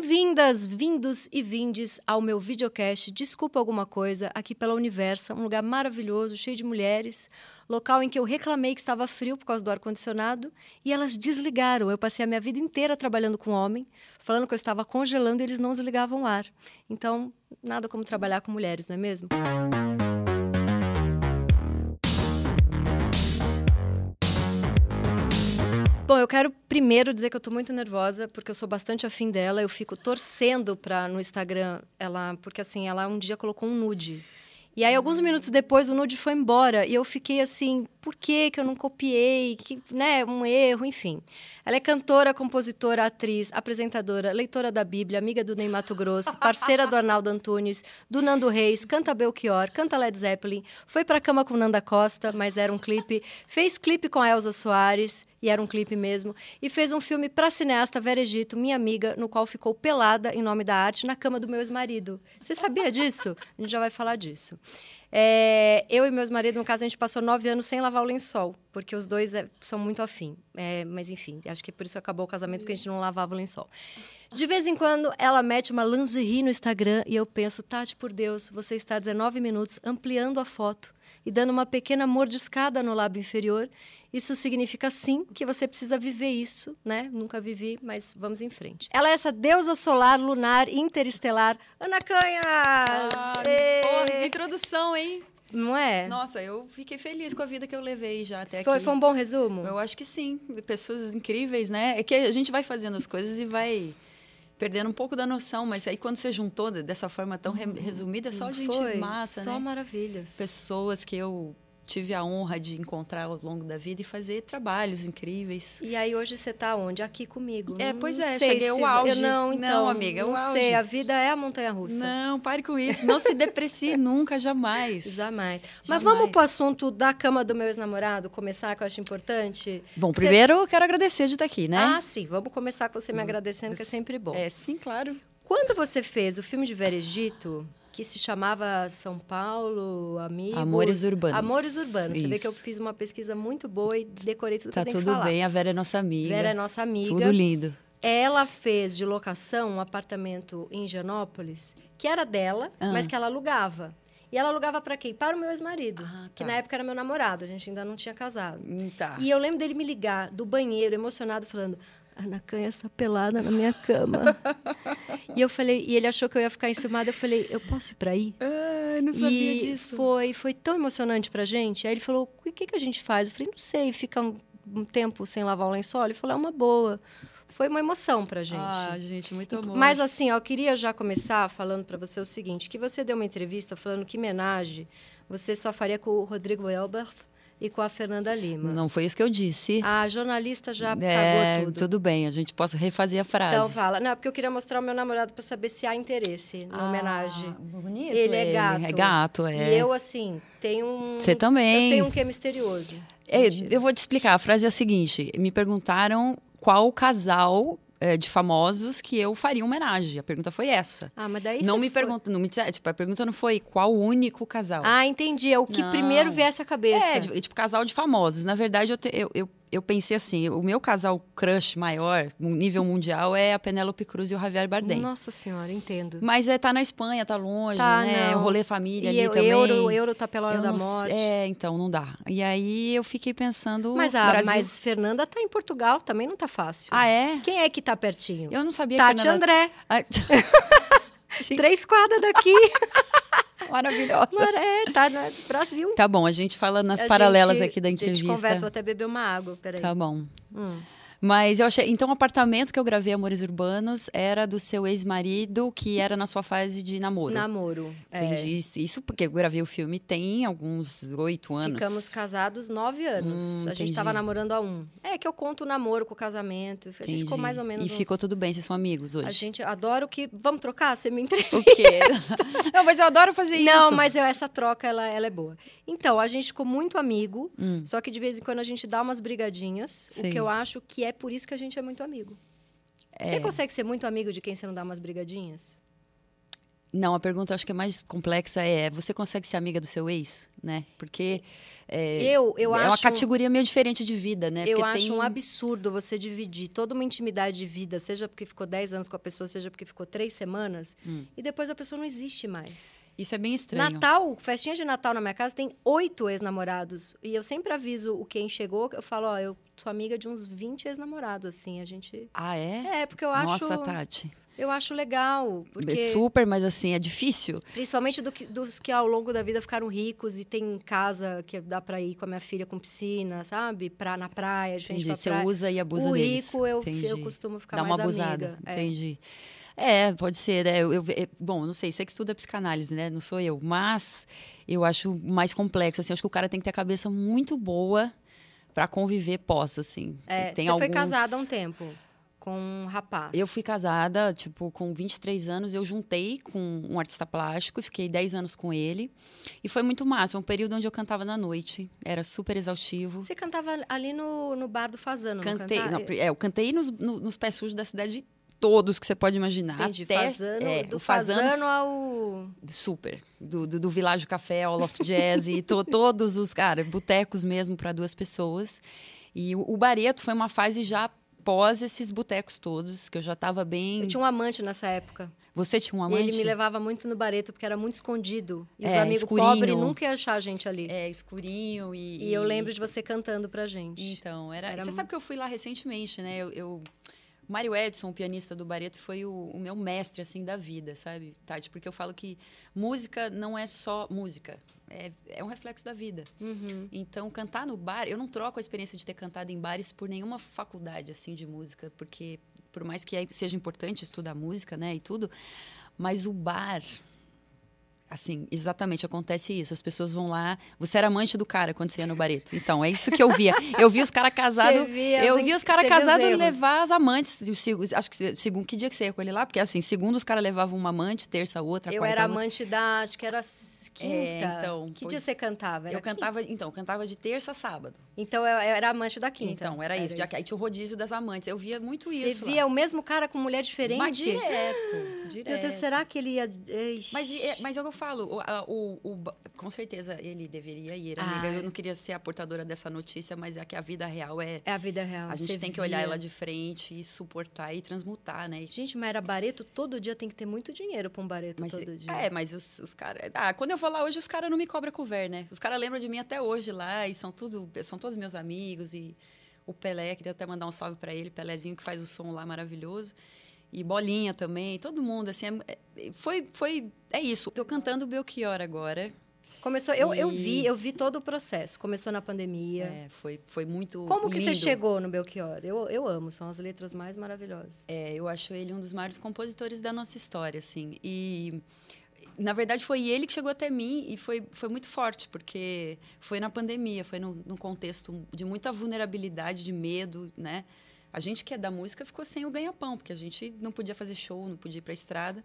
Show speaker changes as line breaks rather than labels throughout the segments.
Bem-vindas, vindos e vindes ao meu videocast Desculpa Alguma Coisa, aqui pela Universa, um lugar maravilhoso, cheio de mulheres, local em que eu reclamei que estava frio por causa do ar-condicionado e elas desligaram. Eu passei a minha vida inteira trabalhando com homem, falando que eu estava congelando e eles não desligavam o ar. Então, nada como trabalhar com mulheres, não é mesmo? Bom, eu quero primeiro dizer que eu tô muito nervosa, porque eu sou bastante afim dela. Eu fico torcendo pra no Instagram ela. Porque assim, ela um dia colocou um nude. E aí, alguns minutos depois, o nude foi embora. E eu fiquei assim, por que que eu não copiei? Que, né, um erro, enfim. Ela é cantora, compositora, atriz, apresentadora, leitora da Bíblia, amiga do Ney Mato Grosso, parceira do Arnaldo Antunes, do Nando Reis, canta Belchior, canta Led Zeppelin, foi pra cama com Nanda Costa, mas era um clipe, fez clipe com a Elza Soares, e era um clipe mesmo, e fez um filme pra cineasta Vera Egito, minha amiga, no qual ficou pelada em nome da arte na cama do meu ex-marido. Você sabia disso? A gente já vai falar disso. É, eu e meus maridos, no caso, a gente passou nove anos sem lavar o lençol, porque os dois é, são muito afim. É, mas enfim, acho que por isso acabou o casamento, porque a gente não lavava o lençol. De vez em quando, ela mete uma lingerie no Instagram e eu penso, Tati, por Deus, você está 19 minutos ampliando a foto e dando uma pequena mordiscada no lábio inferior. Isso significa sim que você precisa viver isso, né? Nunca vivi, mas vamos em frente. Ela é essa deusa solar, lunar, interestelar, Ana Canhas!
Ah,
Ê!
porra, que introdução, hein?
Não é?
Nossa, eu fiquei feliz com a vida que eu levei já até
foi,
aqui.
foi um bom resumo?
Eu acho que sim. Pessoas incríveis, né? É que a gente vai fazendo as coisas e vai perdendo um pouco da noção, mas aí quando você juntou de- dessa forma tão re- resumida, só gente
Uhum. Foi,
massa,
só
né?
maravilhas.
Pessoas que eu tive a honra de encontrar ao longo da vida e fazer trabalhos incríveis.
E aí hoje você tá onde? Aqui comigo.
É,
Não
pois é,
sei
cheguei ao
se- Eu
auge.
não,
Não,
então.
amiga, é o
não
auge.
sei, a vida é a montanha russa.
Não, pare com isso. Não se deprecie nunca, jamais.
Jamais. Mas
Jamais.
vamos pro assunto da cama do meu ex-namorado, começar, que eu acho importante.
Bom,
Você-
primeiro eu quero agradecer de estar aqui, né?
Ah, sim, vamos começar com você me agradecendo, que é
Você-
sempre bom.
É, sim, claro.
Quando você fez o filme de Verejito, que se chamava São Paulo, Amigos...
Amores Urbanos.
Amores Urbanos. Você vê
Isso.
que eu fiz uma pesquisa muito boa e decorei tudo
Tá
que eu tenho
tudo
que falar.
bem, a Vera é nossa amiga.
Vera é nossa amiga.
Tudo lindo.
Ela fez de locação um apartamento em Higienópolis, que era dela,
Ah.
mas que ela alugava. E ela alugava para quem? Para o meu ex-marido,
Ah,
que
tá.
na época era meu namorado, a gente ainda não tinha casado.
Tá.
E eu lembro dele me ligar do banheiro, emocionado, falando: Ana Canha está pelada na minha cama. e eu falei, e ele achou que eu ia ficar enciumada, eu falei: eu posso ir para aí?
Ai, não
e Foi, foi tão emocionante pra gente. Aí ele falou: o que, que a gente faz? Eu falei: não sei, fica um, um tempo sem lavar o lençol. Ele falou: é uma boa. Foi uma emoção pra gente.
Ah, gente, muito amor.
Mas assim, ó, eu queria já começar falando pra você o seguinte: que você deu uma entrevista falando que homenagem você só faria com o Rodrigo Elbert e com a Fernanda Lima.
Não foi isso que eu disse.
A jornalista já
é,
pagou Ah, tudo.
bem, a gente posso refazer a frase.
Então fala. Não, é porque eu queria mostrar o meu namorado pra saber se há interesse na
Ah,
homenagem.
Bonito
Ele é gato.
É gato, é.
E eu, assim, tenho um.
Você também.
Eu tenho um que é misterioso.
É,
Mentira.
eu vou te explicar. A frase é a seguinte: me perguntaram qual casal é, de famosos que eu faria homenagem. A pergunta foi essa.
Ah, mas daí
não
você
me
foi-
pergunta, não me disseram. Tipo, a pergunta não foi qual o único casal.
Ah, entendi. É o que
Não.
primeiro viesse à cabeça.
É, tipo, tipo, casal de famosos. Na verdade, eu, te- eu, eu, eu pensei assim, o meu casal crush maior, um nível mundial, é a Penélope Cruz e o Javier Bardem.
Nossa senhora, entendo.
Mas é, tá na Espanha, tá longe,
Tá,
né?
não.
O rolê família
e
ali
eu,
também.
euro, euro tá pela hora
Eu
da
não-
morte.
É, então, não dá. E aí, eu fiquei pensando...
Mas a
Brasil...
mas Fernanda tá em Portugal, também não tá fácil.
Ah, é?
Quem é que tá pertinho?
Eu não sabia
Tati
que... a Ana-
André.
Ah,
Três quadras daqui.
Maravilhosa.
Mara- é, tá no Brasil.
Tá bom, a gente fala nas
A
paralelas
gente-
aqui da
A
entrevista.
gente conversa, vou até beber uma água, peraí.
Tá bom.
Hum.
Mas eu achei. Então, o apartamento que eu gravei Amores Urbanos era do seu ex-marido, que era na sua fase de namoro.
Namoro. é.
Entendi. Isso- Isso porque eu gravei o filme tem alguns oito anos.
Ficamos casados nove anos.
Hum,
a gente
entendi.
tava namorando há um. É que eu conto o namoro com o casamento. A gente
Entendi.
ficou mais ou menos
E ficou
uns...
tudo bem, vocês são amigos hoje.
A gente adora o que... Vamos trocar? Você me entrega?
O quê? não, mas eu adoro fazer
Não,
isso.
mas eu- essa troca, ela, ela é boa. Então, a gente ficou muito amigo.
Hum.
Só que de vez em quando a gente dá umas brigadinhas. O
Sim.
que eu acho que é por isso que a gente é muito amigo. Você consegue ser muito amigo de quem você não dá umas brigadinhas?
Não, a pergunta acho que é mais complexa é: você consegue ser amiga do seu ex, né? Porque é,
Eu- eu
é uma
acho- um
categoria meio diferente de vida, né?
Eu
Porque
acho
tem-
um absurdo você dividir toda uma intimidade de vida, seja porque ficou 10 anos com a pessoa, seja porque ficou 3 semanas, e depois a pessoa não existe mais.
Isso é bem Hum. estranho.
Natal, festinha de Natal na minha casa, tem oito ex-namorados. E eu sempre aviso o quem chegou, eu falo, ó, eu sou amiga de uns 20 ex-namorados, assim, a gente...
Ah, é?
É, porque eu acho,
Nossa, tá. Tati.
eu acho legal, porque...
Super, mas assim, é difícil.
Principalmente do que- dos que ao longo da vida ficaram ricos e tem casa que dá pra ir com a minha filha com piscina, sabe? Pra, na praia, gente,
Entendi.
pra
Você
praia.
usa e abusa
o
deles.
rico eu,
Entendi.
eu costumo ficar
Dá
mais
uma abusada.
amiga. É.
Entendi. É, pode ser. né? Eu, eu ve- é, bom, não sei, você que estuda psicanálise, né? Não sou eu. Mas eu acho mais complexo. Assim, acho que o cara tem que ter a cabeça muito boa para conviver pós, assim.
É,
tem
você
alguns...
foi casada há um tempo com um rapaz.
Eu fui casada, tipo, com 23 anos, eu juntei com um artista plástico e fiquei 10 anos com ele. E foi muito massa, foi um período onde eu cantava na noite, era super exaustivo.
Você cantava ali no, no bar do Fazano,
Cantei,
não
não,
cantava?
é, eu cantei nos, no- nos pés sujos da cidade todos que você pode imaginar.
eh, Entendi,
até,
Fazano,
é,
do
o Fazano,
Fazano ao...
super, do, do, do Világio Café, All of Jazz, e to- todos os, cara, botecos mesmo para duas pessoas. E o, o Bareto foi uma fase já pós esses botecos todos, que eu já estava bem...
Eu tinha um amante nessa época.
Você tinha um
E
amante?
ele me levava muito no bareto, porque era muito escondido. E os
É,
amigos
escurinho.
pobres nunca iam achar a gente ali.
É, escurinho e...
E eu lembro de você cantando pra gente.
Então, era...
Era
Você
mu-
sabe que eu fui lá recentemente, né? Eu... eu... o Mário Edson, o pianista do Bareto, foi o, o meu mestre, assim, da vida, sabe, Tati? Porque eu falo que música não é só música. É, é um reflexo da vida.
Uhum.
Então, cantar no bar... Eu não troco a experiência de ter cantado em bares por nenhuma faculdade, assim, de música. Porque, por mais que é- seja importante estudar música, né? E tudo. Mas o bar... Assim, exatamente, acontece isso. As pessoas vão lá. Você era amante do cara quando você ia no bareto. Então, é isso que eu via. Eu via os caras casados.
Você via
Eu
as-
vi os
você
caras
via os
casados
erros.
levar as amantes. E o seg- Acho que segundo que dia que você ia com ele lá? Porque assim, segundo os caras levavam uma amante, terça outra,
Eu
quarta
era
outra.
amante da... Acho que era s- quinta.
então,
que
pois-
dia você cantava? Era
Eu cantava, então, eu cantava de terça a sábado.
quinta? Então, eu, eu era amante da quinta.
Então, era, isso. Já que aí tinha o rodízio das amantes. Eu via muito
Você
isso. lá.
via o mesmo cara com mulher diferente?
Mas direto, direto.
Meu Deus, será que ele ia... Ixi.
é. Mas, e- é- mas é o que eu falo, o, a- o- o ba- com certeza ele deveria ir, amiga.
Ai.
Eu não queria ser a portadora dessa notícia, mas é que a vida real é.
É a vida real.
A gente
você
tem que olhar
via.
ela de frente e suportar e transmutar, né? E
Gente, mas era bareto todo dia, tem que ter muito dinheiro pra um bareto
Mas,
todo dia.
É, mas os, os caras. Ah, quando eu vou lá hoje, os caras não me cobram couvert, né? Os caras lembram de mim até hoje lá e são tudo, são todos meus amigos. E o Pelé, queria até mandar um salve pra ele, Pelézinho que faz o som lá maravilhoso. E Bolinha também, todo mundo, assim. é- é- foi, foi. É isso. Tô cantando Belchior agora.
Começou, eu, eu
é. E-
vi, eu vi todo o processo. Começou na pandemia.
É, foi, foi muito.
Como que você
lindo.
chegou no Belchior? Eu, eu amo, são as letras mais maravilhosas.
É, eu acho ele um dos maiores compositores da nossa história, assim. E na verdade foi ele que chegou até mim e foi, foi muito forte, porque foi na pandemia, foi num, num contexto de muita vulnerabilidade, de medo, né? A gente que é da música ficou sem o ganha-pão, porque a gente não podia fazer show, não podia ir para estrada.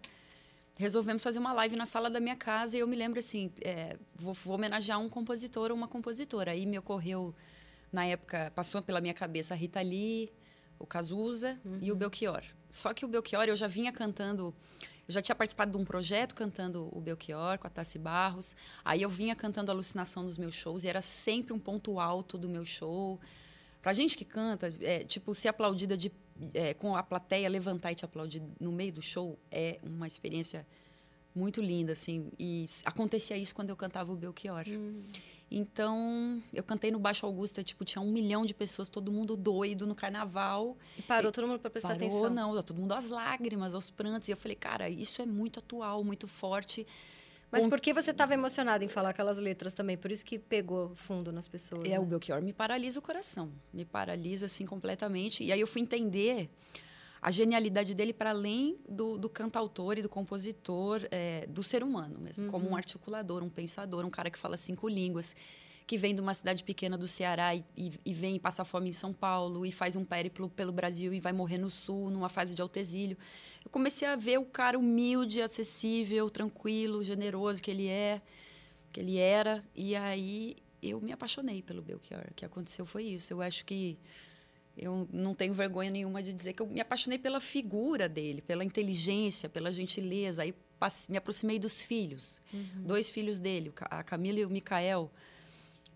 Resolvemos fazer uma live na sala da minha casa e eu me lembro assim, é, vou, vou homenagear um compositor ou uma compositora. Aí me ocorreu, na época, passou pela minha cabeça a Rita Lee, o Cazuza e o Belchior. Só que o Belchior eu já vinha cantando, eu já tinha participado de um projeto cantando o Belchior com a Tassi Barros. Aí eu vinha cantando Alucinação nos meus shows e era sempre um ponto alto do meu show. Pra gente que canta, é, tipo, ser aplaudida de, é, com a plateia levantar e te aplaudir no meio do show é uma experiência muito linda, assim. E s- acontecia isso quando eu cantava o Belchior. Então, eu cantei no Baixo Augusta, tipo, tinha um milhão de pessoas, todo mundo doido no carnaval.
E parou todo mundo pra prestar
é. Parou,
atenção.
não, tá todo mundo às lágrimas, aos prantos. E eu falei, cara, isso é muito atual, muito forte.
Mas por que você estava emocionada em falar aquelas letras também? Por isso que pegou fundo nas pessoas.
É, o
né?
Belchior me paralisa o coração, me paralisa assim completamente. E aí eu fui entender a genialidade dele para além do, do cantautor e do compositor, é, do ser humano mesmo, como um articulador, um pensador, um cara que fala cinco línguas, que vem de uma cidade pequena do Ceará e, e- e vem passar fome em São Paulo e faz um périplo pelo Brasil e vai morrer no Sul, numa fase de altesílio. Eu comecei a ver o cara humilde, acessível, tranquilo, generoso que ele é que ele era. E aí eu me apaixonei pelo Belchior. O que aconteceu foi isso. Eu acho que eu não tenho vergonha nenhuma de dizer que eu me apaixonei pela figura dele, pela inteligência, pela gentileza. Aí passe, me aproximei dos filhos, uhum. dois filhos dele, a Camila e o Micael,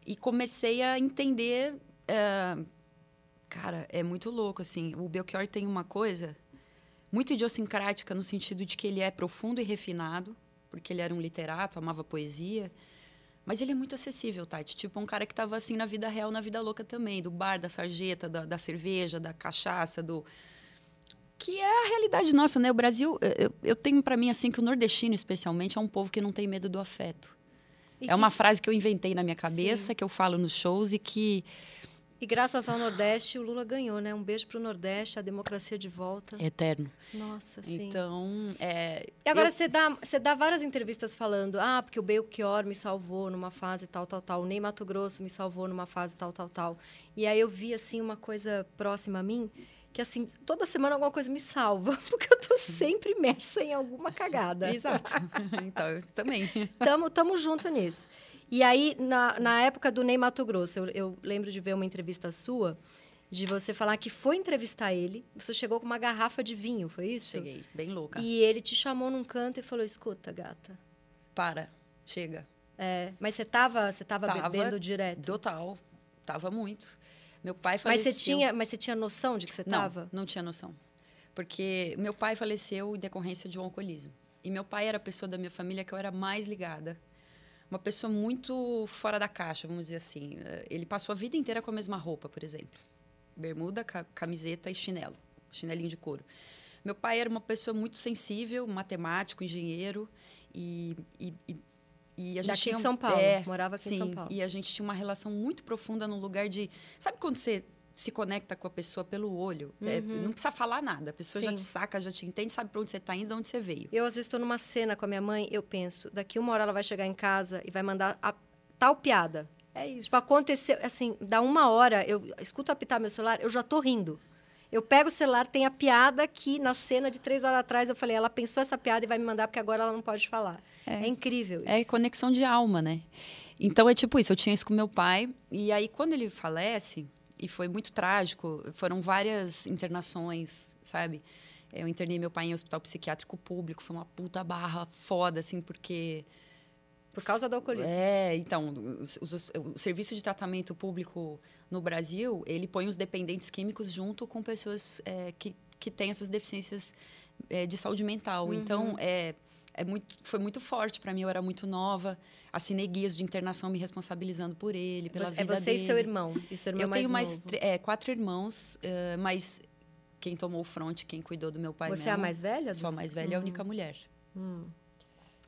e comecei a entender. Uh, cara, é muito louco, assim. O Belchior tem uma coisa muito idiosincrática no sentido de que ele é profundo e refinado, porque ele era um literato, amava poesia. Mas ele é muito acessível, Tati. Tipo, um cara que estava assim na vida real, na vida louca também, do bar, da sarjeta, da, da cerveja, da cachaça, do. Que é a realidade nossa, né? O Brasil, eu, eu tenho para mim assim que o nordestino, especialmente, é um povo que não tem medo do afeto. E é que... uma frase que eu inventei na minha cabeça, Sim. que eu falo nos shows e que.
E graças ao Nordeste, o Lula ganhou, né? Um beijo para o Nordeste, a democracia de volta.
É eterno.
Nossa, sim.
Então, é...
E agora eu... você, dá, você dá várias entrevistas falando, ah, porque o Belchior me salvou numa fase tal, tal, tal. O Ney Mato Grosso me salvou numa fase tal, tal, tal. E aí eu vi, assim, uma coisa próxima a mim, que, assim, toda semana alguma coisa me salva, porque eu tô sempre imersa em alguma cagada.
Exato. Então, eu também.
Tamo, tamo junto nisso. E aí, na, na época do Ney Mato Grosso, eu, eu, lembro de ver uma entrevista sua, de você falar que foi entrevistar ele, você chegou com uma garrafa de vinho, foi isso?
Cheguei, bem louca.
E ele te chamou num canto e falou: escuta, gata.
Para, chega.
É, mas você tava, você tava, tava bebendo direto?
Total, tava muito. Meu pai
faleceu. Mas você tinha, mas você tinha noção de que você
não,
tava?
Não, não tinha noção. Porque meu pai faleceu em decorrência de um alcoolismo. E meu pai era a pessoa da minha família que eu era mais ligada uma pessoa muito fora da caixa, vamos dizer assim. Ele passou a vida inteira com a mesma roupa, por exemplo. Bermuda, camiseta e chinelo, chinelinho de couro. Meu pai era uma pessoa muito sensível, matemático, engenheiro e, e, e a gente
Daqui
tinha,
em São Paulo,
é,
morava aqui
sim,
em São Paulo.
E a gente tinha uma relação muito profunda num lugar de, sabe quando você se conecta com a pessoa pelo olho. Uhum. É, não precisa falar nada. A pessoa Sim. já te saca, já te entende, sabe para onde você está indo, de onde você veio.
Eu, às vezes, estou numa cena com a minha mãe, eu penso, daqui uma hora ela vai chegar em casa e vai mandar a tal piada.
É isso.
Tipo, aconteceu, assim, dá uma hora, eu escuto apitar meu celular, eu já tô rindo. Eu pego o celular, tem a piada que na cena de três horas atrás eu falei, ela pensou essa piada e vai me mandar porque agora ela não pode falar. É, é incrível isso.
É conexão de alma, né? Então é tipo isso, eu tinha isso com meu pai e aí quando ele falece, e foi muito trágico. Foram várias internações, sabe? Eu internei meu pai em um hospital psiquiátrico público, foi uma puta barra foda, assim, porque.
Por causa do alcoolismo.
É, então, o, o, o serviço de tratamento público no Brasil, ele põe os dependentes químicos junto com pessoas é, que, que têm essas deficiências é, de saúde mental. Uhum. Então, é, é muito, foi muito forte para mim. Eu era muito nova. Assinei guias de internação me responsabilizando por ele, pela
é
vida dele.
É você
dele.
e seu irmão. E seu irmão
eu tenho
mais,
mais é, quatro irmãos, uh, mas quem tomou o fronte, quem cuidou do meu pai
Você
mesmo,
é a mais velha? Uhum.
Sou a mais velha e hum. a única mulher. Hum.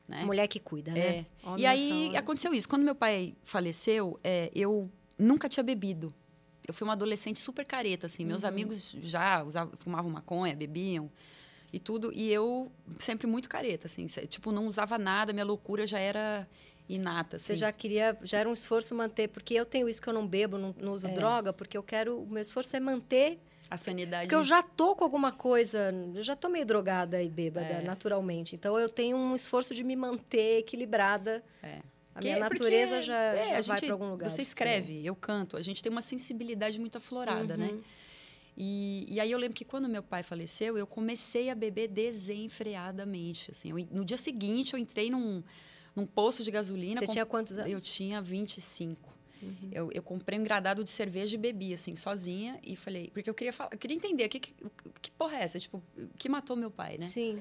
Né? Mulher que cuida, né?
É. E aí só... aconteceu isso. Quando meu pai faleceu, é, eu nunca tinha bebido. Eu fui uma adolescente super careta, assim. Meus uhum. amigos já usavam, fumavam maconha, bebiam e tudo. E eu sempre muito careta, assim, tipo, não usava nada, minha loucura já era inata. Assim.
Você já queria, já era um esforço manter, porque eu tenho isso que eu não bebo, não, não uso é. droga, porque eu quero, o meu esforço é manter
a sanidade.
Porque eu já tô com alguma coisa, eu já tô meio drogada e bêbada, é. naturalmente. Então eu tenho um esforço de me manter equilibrada. É. A minha natureza já, já a gente, vai para algum lugar.
é,
tipo.
Você escreve, também. eu canto. A gente tem uma sensibilidade muito aflorada, uhum. né? E, e, aí eu lembro que quando meu pai faleceu, eu comecei a beber desenfreadamente. Assim. Eu, no dia seguinte, eu entrei num, num posto de gasolina.
Você tinha quantos anos?
Eu tinha 25. Uhum. Eu, eu comprei um gradado de cerveja e bebi, assim, sozinha. E falei... Porque eu queria, falar, eu queria entender, que, que, que porra é essa? Tipo, que matou meu pai, né?
Sim.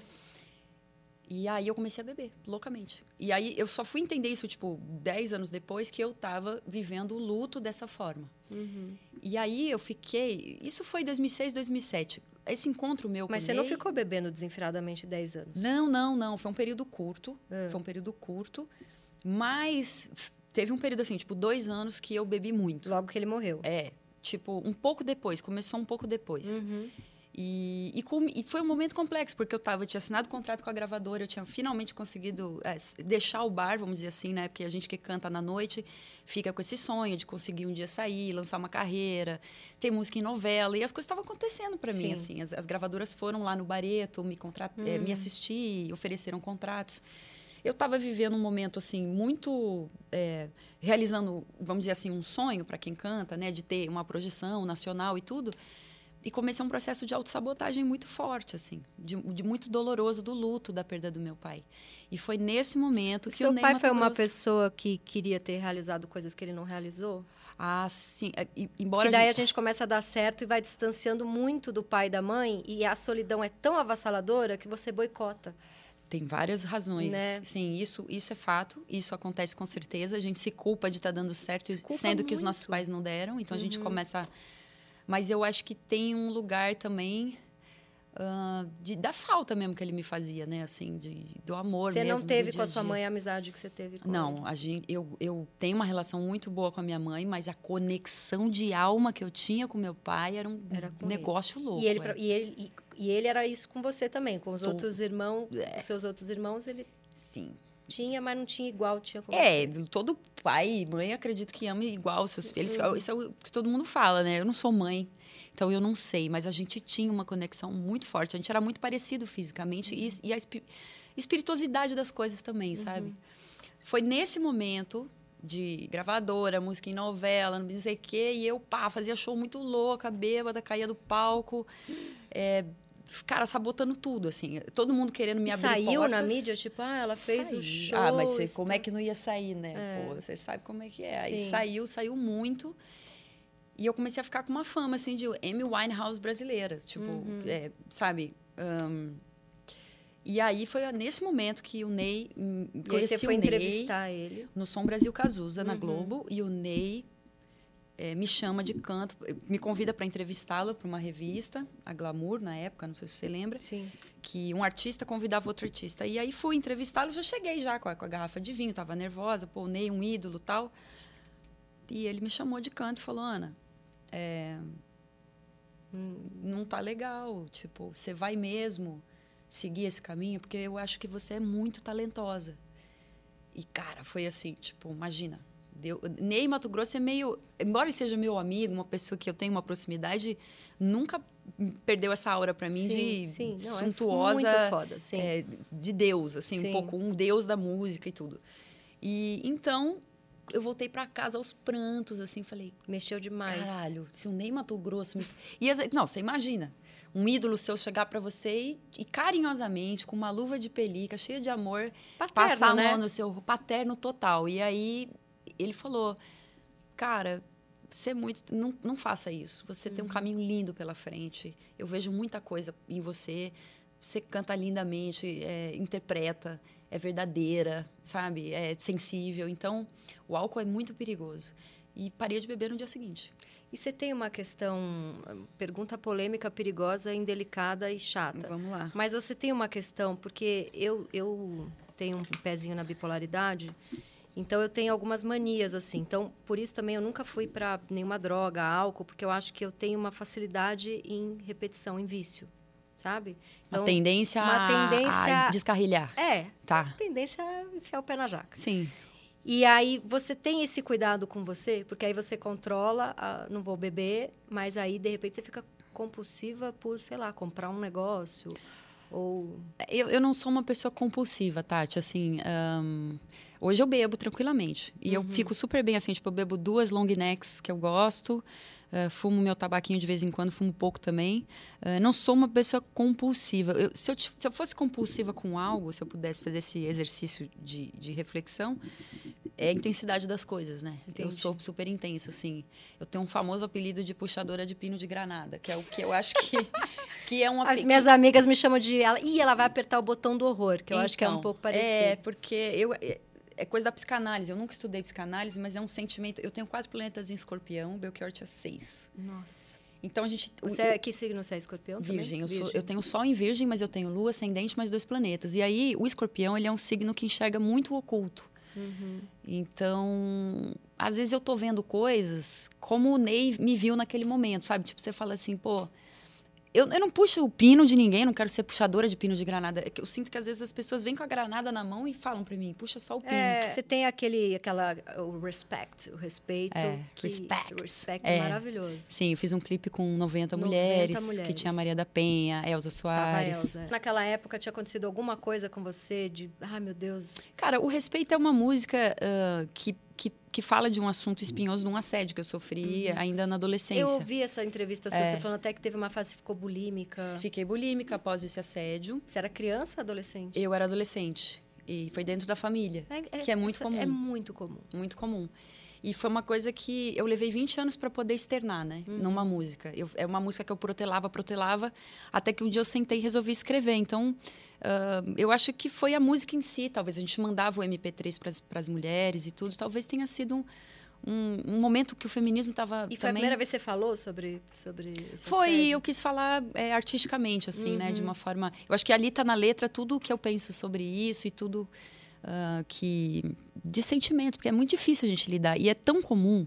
E aí eu comecei a beber, loucamente. E aí eu só fui entender isso, tipo, 10 anos depois que eu estava vivendo o luto dessa forma.
Uhum.
E aí eu fiquei... Isso foi 2006, 2007. Esse encontro meu
Mas você não ficou bebendo desenfreadamente 10 anos?
Não, não, não. Foi um período curto.
Ah.
Uhum. Foi um período curto. Mas teve um período assim, tipo, dois anos que eu bebi muito.
Logo que ele morreu.
É. Tipo, um pouco depois. Começou um pouco depois.
Uhum.
E, e, com, e, foi um momento complexo, porque eu tava, eu tinha assinado contrato com a gravadora, eu tinha finalmente conseguido é, deixar o bar, vamos dizer assim, né? Porque a gente que canta na noite fica com esse sonho de conseguir um dia sair, lançar uma carreira, ter música em novela. E as coisas estavam acontecendo para mim, assim. As, as, gravadoras foram lá no Bareto me, contrat, hum. é, me assistir, ofereceram contratos. Eu estava vivendo um momento, assim, muito... É, realizando, vamos dizer assim, um sonho para quem canta, né? De ter uma projeção nacional e tudo e comecei um processo de autossabotagem muito forte, assim, de, de, muito doloroso do luto da perda do meu pai. E foi nesse momento o que
seu
eu
pai foi uma pessoa que queria ter realizado coisas que ele não realizou.
Ah, sim. E, embora
e daí a gente... a gente começa a dar certo e vai distanciando muito do pai e da mãe e a solidão é tão avassaladora que você boicota.
Tem várias razões. Né? Sim, isso, isso é fato, isso acontece com certeza. A gente se culpa de estar tá dando certo, sendo muito. que os nossos pais não deram. Então uhum. a gente começa. A... Mas eu acho que tem um lugar também uh, de, da falta mesmo que ele me fazia, né? Assim, de, do amor
você
mesmo.
Você não teve
dia
com a sua mãe a amizade que você teve com
Não, a gente, eu, eu tenho uma relação muito boa com a minha mãe, mas a conexão de alma que eu tinha com meu pai era um era negócio
ele.
louco. é.
E ele, e ele, e, e ele era isso com você também, com os Tô. outros irmãos, é. seus outros irmãos, ele
sim.
Tinha, mas não tinha igual, tinha como
É, você. todo pai e mãe acredito que ama igual os seus filhos. Uhum. Isso é o que todo mundo fala, né? Eu não sou mãe, então eu não sei, mas a gente tinha uma conexão muito forte. A gente era muito parecido fisicamente uhum. e, e, a espi espirituosidade das coisas também, sabe? Uhum. Foi nesse momento de gravadora, música em novela, não sei o quê, e eu, pá, fazia show muito louca, bêbada, caía do palco. É, cara, sabotando tudo, assim. Todo mundo querendo me abrir
Saiu
portas.
na mídia, tipo, ah, ela fez tá." Saiu. o show.
Ah, mas você, como é que não ia sair, né? É. Pô, você sabe como é que é. Sim. Aí saiu, saiu muito. E eu comecei a ficar com uma fama, assim, de Amy Winehouse brasileira. Tipo, uhum. é, sabe... Um, e aí foi nesse momento que o Ney... hum, Conheci
e você foi entrevistar ele.
No Som Brasil Cazuza, uhum. na Globo. E o Ney é, me chama de canto, me convida para entrevistá-lo para uma revista, a Glamour, na época, não sei se você lembra.
Sim.
Que um artista convidava outro artista. E aí fui entrevistá-lo, já cheguei já com a, com a, garrafa de vinho, estava nervosa, pô, Ney, um ídolo tal. E ele me chamou de canto e falou: Ana, é,
Hum.
não tá legal, tipo, você vai mesmo seguir esse caminho, porque eu acho que você é muito talentosa. E, cara, foi assim, tipo, imagina, deu. Ney Mato Grosso é meio, embora ele seja meu amigo, uma pessoa que eu tenho uma proximidade, nunca perdeu essa aura para mim
sim,
de
sim. Não,
suntuosa,
é foda,
é, de Deus, assim, sim. um pouco um Deus da música e tudo. E então eu voltei para casa aos prantos, assim, falei,
mexeu demais.
Caralho, se o Ney Mato Grosso me... e as... não, você imagina. Um ídolo seu chegar para você e, e, carinhosamente, com uma luva de pelica, cheia de amor,
paterno,
passar a mão
né?
no seu paterno total. E aí ele falou, cara, você é muito, não, não faça isso. Você uhum. tem um caminho lindo pela frente. Eu vejo muita coisa em você. Você canta lindamente, é, interpreta, é verdadeira, sabe? É sensível. Então, o álcool é muito perigoso. E parei de beber no dia seguinte.
E você tem uma questão, pergunta polêmica, perigosa, indelicada e chata.
Vamos lá.
Mas você tem uma questão, porque eu, eu tenho um pezinho na bipolaridade. Então eu tenho algumas manias assim. Então por isso também eu nunca fui para nenhuma droga, álcool, porque eu acho que eu tenho uma facilidade em repetição, em vício, sabe?
Então, uma tendência, uma tendência a descarrilhar.
É.
Tá.
Uma tendência a enfiar o pé na jaca.
Sim.
E aí você tem esse cuidado com você, porque aí você controla, ah, não vou beber, mas aí de repente você fica compulsiva por, sei lá, comprar um negócio ou
eu, eu não sou uma pessoa compulsiva, Tati, assim, um... Hoje eu bebo tranquilamente. E uhum. eu fico super bem assim, tipo, eu bebo duas long necks que eu gosto, uh, fumo meu tabaquinho de vez em quando, fumo pouco também. Uh, não sou uma pessoa compulsiva. Eu, se, eu, se eu fosse compulsiva com algo, se eu pudesse fazer esse exercício de, de reflexão, é a intensidade das coisas, né? Entendi. Eu sou super intensa, assim. Eu tenho um famoso apelido de puxadora de pino de granada, que é o que eu acho que, que é um
apelido. As minhas amigas me chamam de. Ela, Ih, ela vai apertar o botão do horror, que eu então, acho que é um pouco parecido.
É, porque eu. É, é coisa da psicanálise. Eu nunca estudei psicanálise, mas é um sentimento. Eu tenho quatro planetas em escorpião, Belchior tinha seis.
Nossa.
Então a gente.
Você é, que signo você é escorpião?
Virgem.
Eu,
virgem. Sou, eu, tenho sol em virgem, mas eu tenho lua, ascendente, mais dois planetas. E aí, o escorpião, ele é um signo que enxerga muito o oculto. Uhum. Então, às vezes eu tô vendo coisas como o Ney me viu naquele momento, sabe? Tipo, você fala assim, pô. Eu, eu, não puxo o pino de ninguém, não quero ser puxadora de pino de granada. Eu sinto que às vezes as pessoas vêm com a granada na mão e falam para mim, puxa só o pino. É,
você tem aquele, aquela, o respect, o respeito.
É, que, respect.
O respect é. maravilhoso.
Sim, eu fiz um clipe com 90, 90 mulheres, mulheres, que tinha Maria da Penha, Elza Soares.
Elza. Naquela época tinha acontecido alguma coisa com você de, ah, meu Deus.
Cara, o respeito é uma música uh, que que, que fala de um assunto espinhoso, de um assédio que eu sofri ainda na adolescência.
Eu ouvi essa entrevista sua,
É.
você falando até que teve uma fase que ficou bulímica.
Fiquei bulímica após esse assédio.
Você era criança, adolescente?
Eu era adolescente e foi dentro da família,
É-
que é muito
essa-
comum.
É muito comum.
muito comum. E foi uma coisa que eu levei 20 anos para poder externar, né?
Uhum.
Numa música. Eu, é uma música que eu protelava, protelava, até que um dia eu sentei e resolvi escrever. Então, ah, eu acho que foi a música em si. Talvez a gente mandava o MP3 para as mulheres e tudo. Talvez tenha sido um, um- um momento que o feminismo estava
E foi a
também...
primeira vez que você falou sobre, sobre esse
Foi,
assédio?
eu quis falar é, artisticamente, assim, né?
Uhum.
De uma forma. Eu acho que ali tá na letra tudo o que eu penso sobre isso e tudo ah, que. de sentimento, porque é muito difícil a gente lidar. E é tão comum.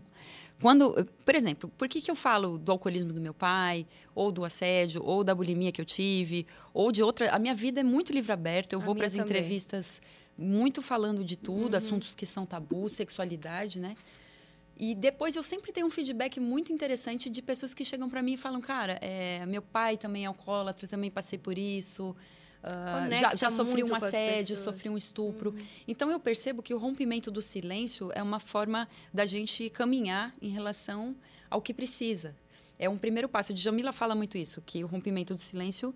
Quando, por exemplo, por que, que eu falo do alcoolismo do meu pai, ou do assédio, ou da bulimia que eu tive, ou de outra. A minha vida é muito livre aberto, eu
A
vou
minha
para as
também. Uhum.
entrevistas muito falando de tudo, assuntos que são tabu, sexualidade, né? E depois eu sempre tenho um feedback muito interessante de pessoas que chegam para mim e falam, cara, é, meu pai também é alcoólatra, também passei por isso. ah, já
Conecta
já sofri
muito
um
com as
assédio,
pessoas. Uhum.
sofri um estupro. Então eu percebo que o rompimento do silêncio é uma forma da gente caminhar em relação ao que precisa. É um primeiro passo. Djamila fala muito isso, que o rompimento do silêncio,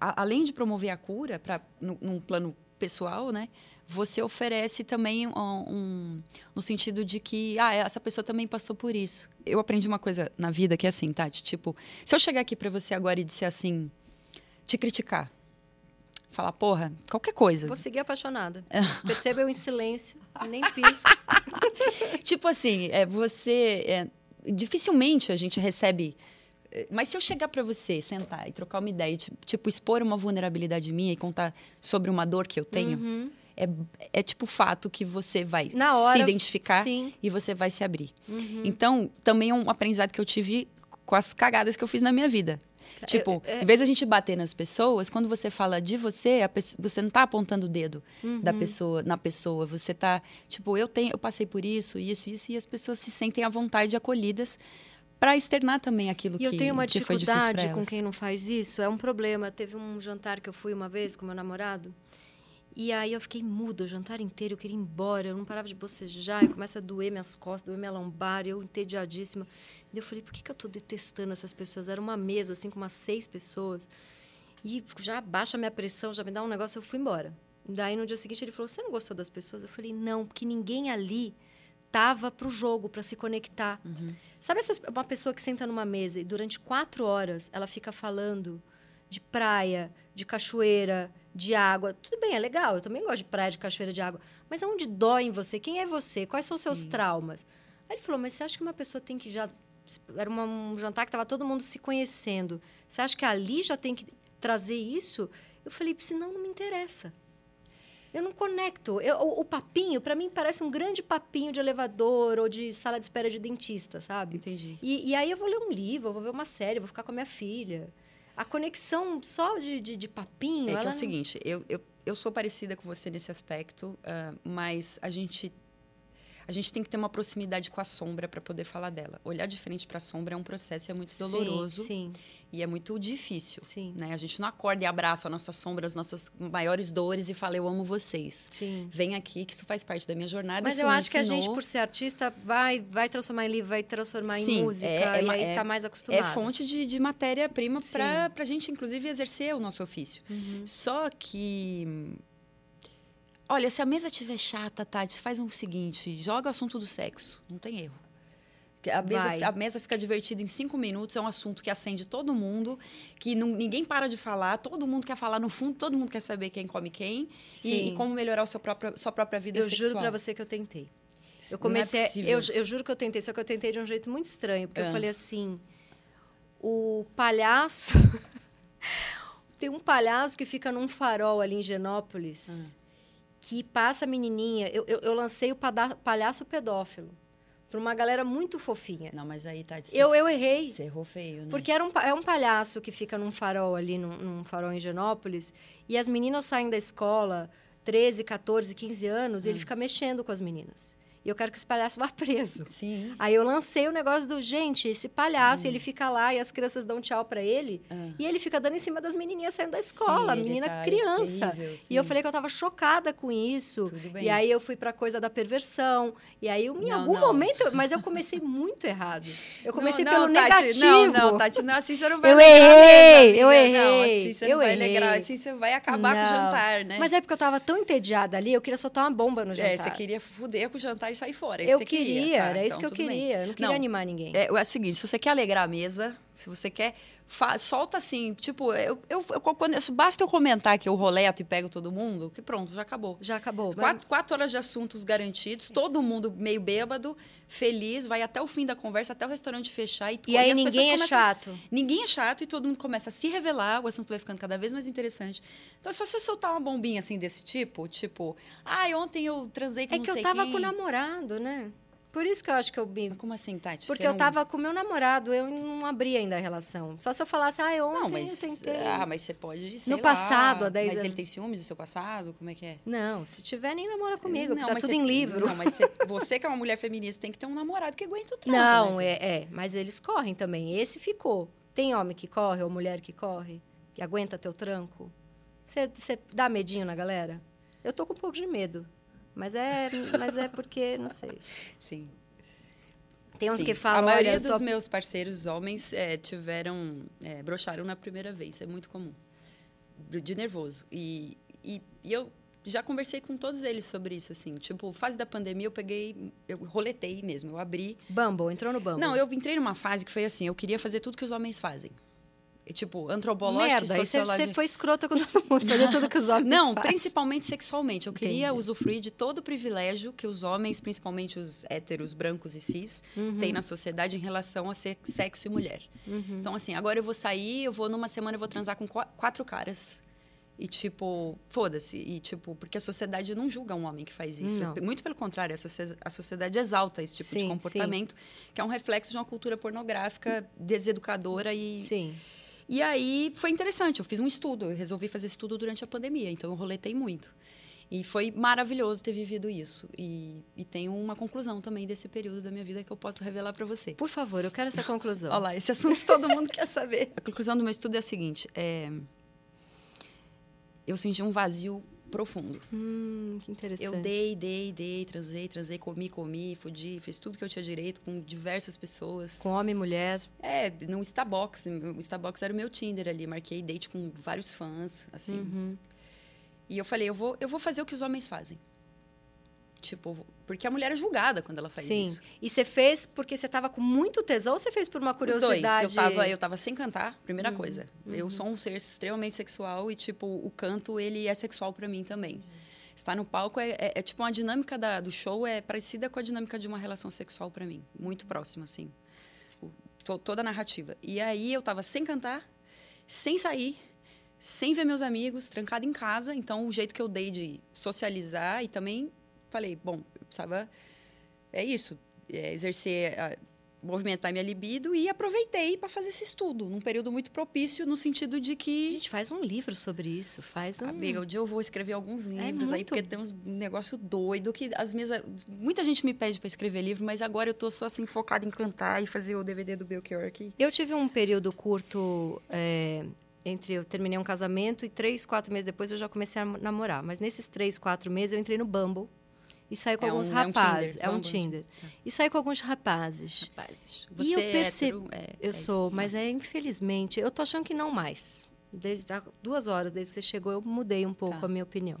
a- além de promover a cura, pra, num, num plano pessoal, né? Você oferece também um- um, no sentido de que, ah, essa pessoa também passou por isso. Eu aprendi uma coisa na vida que é assim, Tati. Tipo, se eu chegar aqui pra você agora e disser assim, te criticar, falar, porra, qualquer coisa.
Vou seguir apaixonada. Perceba eu em silêncio, nem pisco.
tipo assim, é, você. é, dificilmente a gente recebe. é, Mas se eu chegar pra você, sentar e trocar uma ideia, e, ti- tipo, expor uma vulnerabilidade minha e contar sobre uma dor que eu tenho,
Uhum.
é, é tipo fato que você vai
Na hora,
se identificar
Sim.
e você vai se abrir.
Uhum.
Então, também é um aprendizado que eu tive com as cagadas que eu fiz na minha vida. Tipo,
é-
em vez da gente bater nas pessoas, quando você fala de você, a pesso- você não tá apontando o dedo da
Uhum.
pessoa na pessoa. Você tá, tipo, eu tenho, eu passei por isso, isso, isso, e as pessoas se sentem à vontade acolhidas para externar também aquilo
E
que
eu tenho uma
que foi difícil pra
dificuldade com
elas.
quem não faz isso. É um problema. Teve um jantar que eu fui uma vez com meu namorado. E aí eu fiquei muda o jantar inteiro. Eu queria ir embora. Eu não parava de bocejar. E começa a doer minhas costas, doer minha lombar. e Eu entediadíssima. E eu falei, por que, que eu tô detestando essas pessoas? Era uma mesa, assim, com umas seis pessoas. E já baixa a minha pressão, já me dá um negócio. Eu fui embora. Daí, no dia seguinte, ele falou, você não gostou das pessoas? Eu falei, não, porque ninguém ali tava pro jogo, para se conectar. Sabe essas, uma pessoa que senta numa mesa e durante quatro horas ela fica falando de praia, de cachoeira, de água. Tudo bem, é legal. Eu também gosto de praia, de cachoeira, de água. Mas aonde dói em você? Quem é você? Quais são os seus traumas? Aí ele falou, mas você acha que uma pessoa tem que já... Era uma- um jantar que estava todo mundo se conhecendo. Você acha que ali já tem que trazer isso? Eu falei, senão não me interessa. Eu não conecto. Eu- o, o papinho, para mim, parece um grande papinho de elevador ou de sala de espera de dentista, sabe?
Entendi.
E, e aí eu vou ler um livro, eu vou ver uma série, eu vou ficar com a minha filha. A conexão só de, de, de papinho.
É que é
ela
o seguinte, eu, eu, eu sou parecida com você nesse aspecto, ah, mas a gente a gente tem que ter uma proximidade com a sombra para poder falar dela. Olhar de frente para a sombra é um processo, é muito
não-
doloroso
Sim,
e é muito difícil.
sim, sim.
Né? A gente não acorda e abraça a nossa sombra, as nossas maiores dores e fala eu amo vocês.
sim.
Vem aqui que isso faz parte da minha jornada.
Mas
isso
eu
me
acho que a gente,
ensinou.
por ser artista, vai, vai transformar em livro, vai transformar
Sim,
em música.
é- é
e
ma-
aí
é-
tá mais
é
acostumado.
fonte de, de matéria-prima
Sim.
para a gente, inclusive, exercer o nosso ofício.
Uhum.
Só que. Olha, se a mesa tiver chata, Tati, faz o seguinte: joga o assunto do sexo. Não tem erro. Que A
Vai.
mesa, a mesa fica divertida em cinco minutos, é um assunto que acende todo mundo, que não- ninguém para de falar, todo mundo quer falar no fundo, todo mundo quer saber quem come quem e- e,
Sim.
como melhorar o seu próprio, sua própria vida
Eu
sexual. é
juro pra você que eu tentei.
você,
Eu comecei. eu, ju- eu juro que eu tentei, só que eu tentei de um jeito muito estranho, porque
Ah.
eu falei assim: o palhaço. Tem um palhaço que fica num farol ali em Genópolis, que passa a menininha. Eu, eu, eu lancei o pada- palhaço pedófilo pra uma galera muito fofinha.
Não, mas aí, Tati, você,
Eu, eu errei.
você errou feio, né?
Porque era um, pa- é um palhaço que fica num farol ali, num, num farol em Genópolis, e
Hum.
as meninas saem da escola, 13, 14, 15 anos, e ele fica mexendo com as meninas. E eu quero que esse palhaço vá preso.
Sim.
Aí eu lancei o negócio do, gente, esse palhaço, ele fica lá e as crianças dão tchau pra ele.
Hum. Ah.
E ele fica dando em cima das menininhas saindo da escola,
Sim, ele
menina
tá
criança.
terrível, sim.
E eu falei que eu tava chocada com isso.
Tudo bem.
E aí eu fui pra coisa da perversão. E aí, eu, em
Não,
algum
não.
momento, eu- mas eu comecei muito errado. Eu comecei
Não,
pelo
não, Tati,
negativo.
Não, não, Tati, não, assim você não vai
Eu
alegrar
errei,
mesmo,
eu
amiga. Não,
errei,
assim você não
eu
vai
errei.
alegrar, assim você vai acabar com o
Não.
jantar, né?
Mas é porque eu tava tão entediada ali, eu queria soltar uma bomba no jantar.
É, você queria fuder com o jantar e sair fora. isso
eu
você
queria,
tá?
era isso
Então,
que eu
tudo bem.
queria. Eu não queria
Não.
animar ninguém.
É, é o seguinte, se você quer alegrar a mesa, se você quer, fa- solta assim, tipo, eu, eu, eu- quando, eu- basta eu comentar que eu roleto e pego todo mundo, que pronto, já acabou.
Já acabou. mas-
Quatro, quatro horas de assuntos garantidos, todo mundo meio bêbado, feliz, vai até o fim da conversa, até o restaurante fechar. E,
E aí
as pessoas
ninguém é
começam-
chato.
Ninguém é chato e todo mundo começa a se revelar, o assunto vai ficando cada vez mais interessante. Então, é só você soltar uma bombinha assim desse tipo, tipo, ai, ontem eu transei com
É
não
que eu
sei
tava
quem.
com o namorado, né? Por isso que eu acho que eu me
Mas Como assim, Tati?
Porque
Você
eu
não-
tava com meu namorado, eu não abri ainda a relação. Só se eu falasse, ah, ontem
Não,
eu
mas.
tentei.
Ah,
isso.
mas você pode. sei
No passado,
lá,
há 10
Mas ele
anos.
tem ciúmes do seu passado? Como é que é?
Não, se tiver, nem namora comigo,
não,
tá
mas é
tudo
você-
em livro.
Não, mas você, você que é uma mulher feminista tem que ter um namorado que aguenta o tranco.
Não,
né?
é, é, mas eles correm também. Esse ficou. Tem homem que corre ou mulher que corre? Que aguenta teu tranco? Você dá medinho na galera? Eu tô com um pouco de medo. Mas é, mas é porque, não sei.
Sim.
Tem uns
sim.
que falam,
A maioria
olha, eu
dos
tô
meus parceiros homens é, tiveram. É, broxaram na primeira vez. É muito comum. De nervoso. E, e, e eu. Já conversei com todos eles sobre isso, assim. Tipo, fase da pandemia, eu peguei... Eu roletei mesmo. Eu abri
Bumble, entrou no Bumble.
Não, eu entrei numa fase que foi assim, eu queria fazer tudo que os homens fazem. E, tipo, antropológico
Merda,
e
aí cê-
sociológico.
cê foi escrota com todo mundo, fazer tudo que os homens
Não,
fazem.
principalmente sexualmente. Eu queria
Entendi.
usufruir de todo o privilégio que os homens, principalmente os héteros, brancos e cis,
Uhum.
têm na sociedade em relação a ser sexo e mulher.
Uhum.
Então, assim, agora eu vou sair, eu vou numa semana, eu vou transar com qua- quatro caras. E, tipo, foda-se. E, tipo, porque a sociedade não julga um homem que faz isso.
Não.
Muito pelo contrário, a, socie- a sociedade exalta esse tipo
Sim,
de
sim.
comportamento, que é um reflexo de uma cultura pornográfica deseducadora e
Hum. Sim.
e aí foi interessante, eu fiz um estudo, eu resolvi fazer estudo durante a pandemia, então eu roletei muito. E foi maravilhoso ter vivido isso. E, e tenho uma conclusão também desse período da minha vida que eu posso revelar para você.
Por favor, eu quero essa conclusão.
Olha lá, esse assunto todo mundo quer saber. A conclusão do meu estudo é a seguinte: é, eu senti um vazio profundo.
Hum, que interessante.
Eu dei, dei, dei, transei, transei, comi, comi, fudi, fiz tudo que eu tinha direito com diversas pessoas.
Com homem e mulher.
É, no Starbucks. O Starbucks era o meu Tinder ali. Marquei date com vários fãs, assim.
Uhum.
E eu falei, eu vou, eu vou fazer o que os homens fazem. Tipo, porque a mulher é julgada quando ela faz
Sim.
isso.
E você fez porque você tava com muito tesão ou você fez por uma
Os dois.
curiosidade?
Eu tava, eu tava sem cantar, primeira coisa. Eu sou um ser extremamente sexual e, tipo, o canto, ele é sexual pra mim também. Estar no palco é, é- é, tipo uma dinâmica da- do show é parecida com a dinâmica de uma relação sexual pra mim. Muito próxima, assim. O- to- toda a narrativa. E aí eu tava sem cantar, sem sair, sem ver meus amigos, trancada em casa. Então, o jeito que eu dei de socializar e também falei, bom, eu precisava. É isso. é, exercer a- movimentar minha libido e aproveitei para fazer esse estudo, num período muito propício, no sentido de
A
que.
gente faz um livro sobre isso, faz um...
Amiga, um dia eu vou escrever alguns livros aí,
muito-
porque tem uns negócio doido que as minhas. Muita gente me pede para escrever livro, mas agora eu tô só assim focada em cantar e fazer o DVD do Belchior aqui.
Eu tive um período curto é, entre eu terminei um casamento e três, quatro meses depois eu já comecei a namorar. Mas nesses três, quatro meses eu entrei no Bumble e saí com
É
alguns
um- é um
rapazes.
Tinder,
É um
Bumble é um
Tinder. E saí com alguns rapazes.
Rapazes.
E eu
é
percebo-
hétero? É, é
Eu
isso.
sou, mas é infelizmente. Eu tô achando que não mais. Desde há duas horas, desde que você chegou, eu mudei um pouco
Tá.
a minha opinião.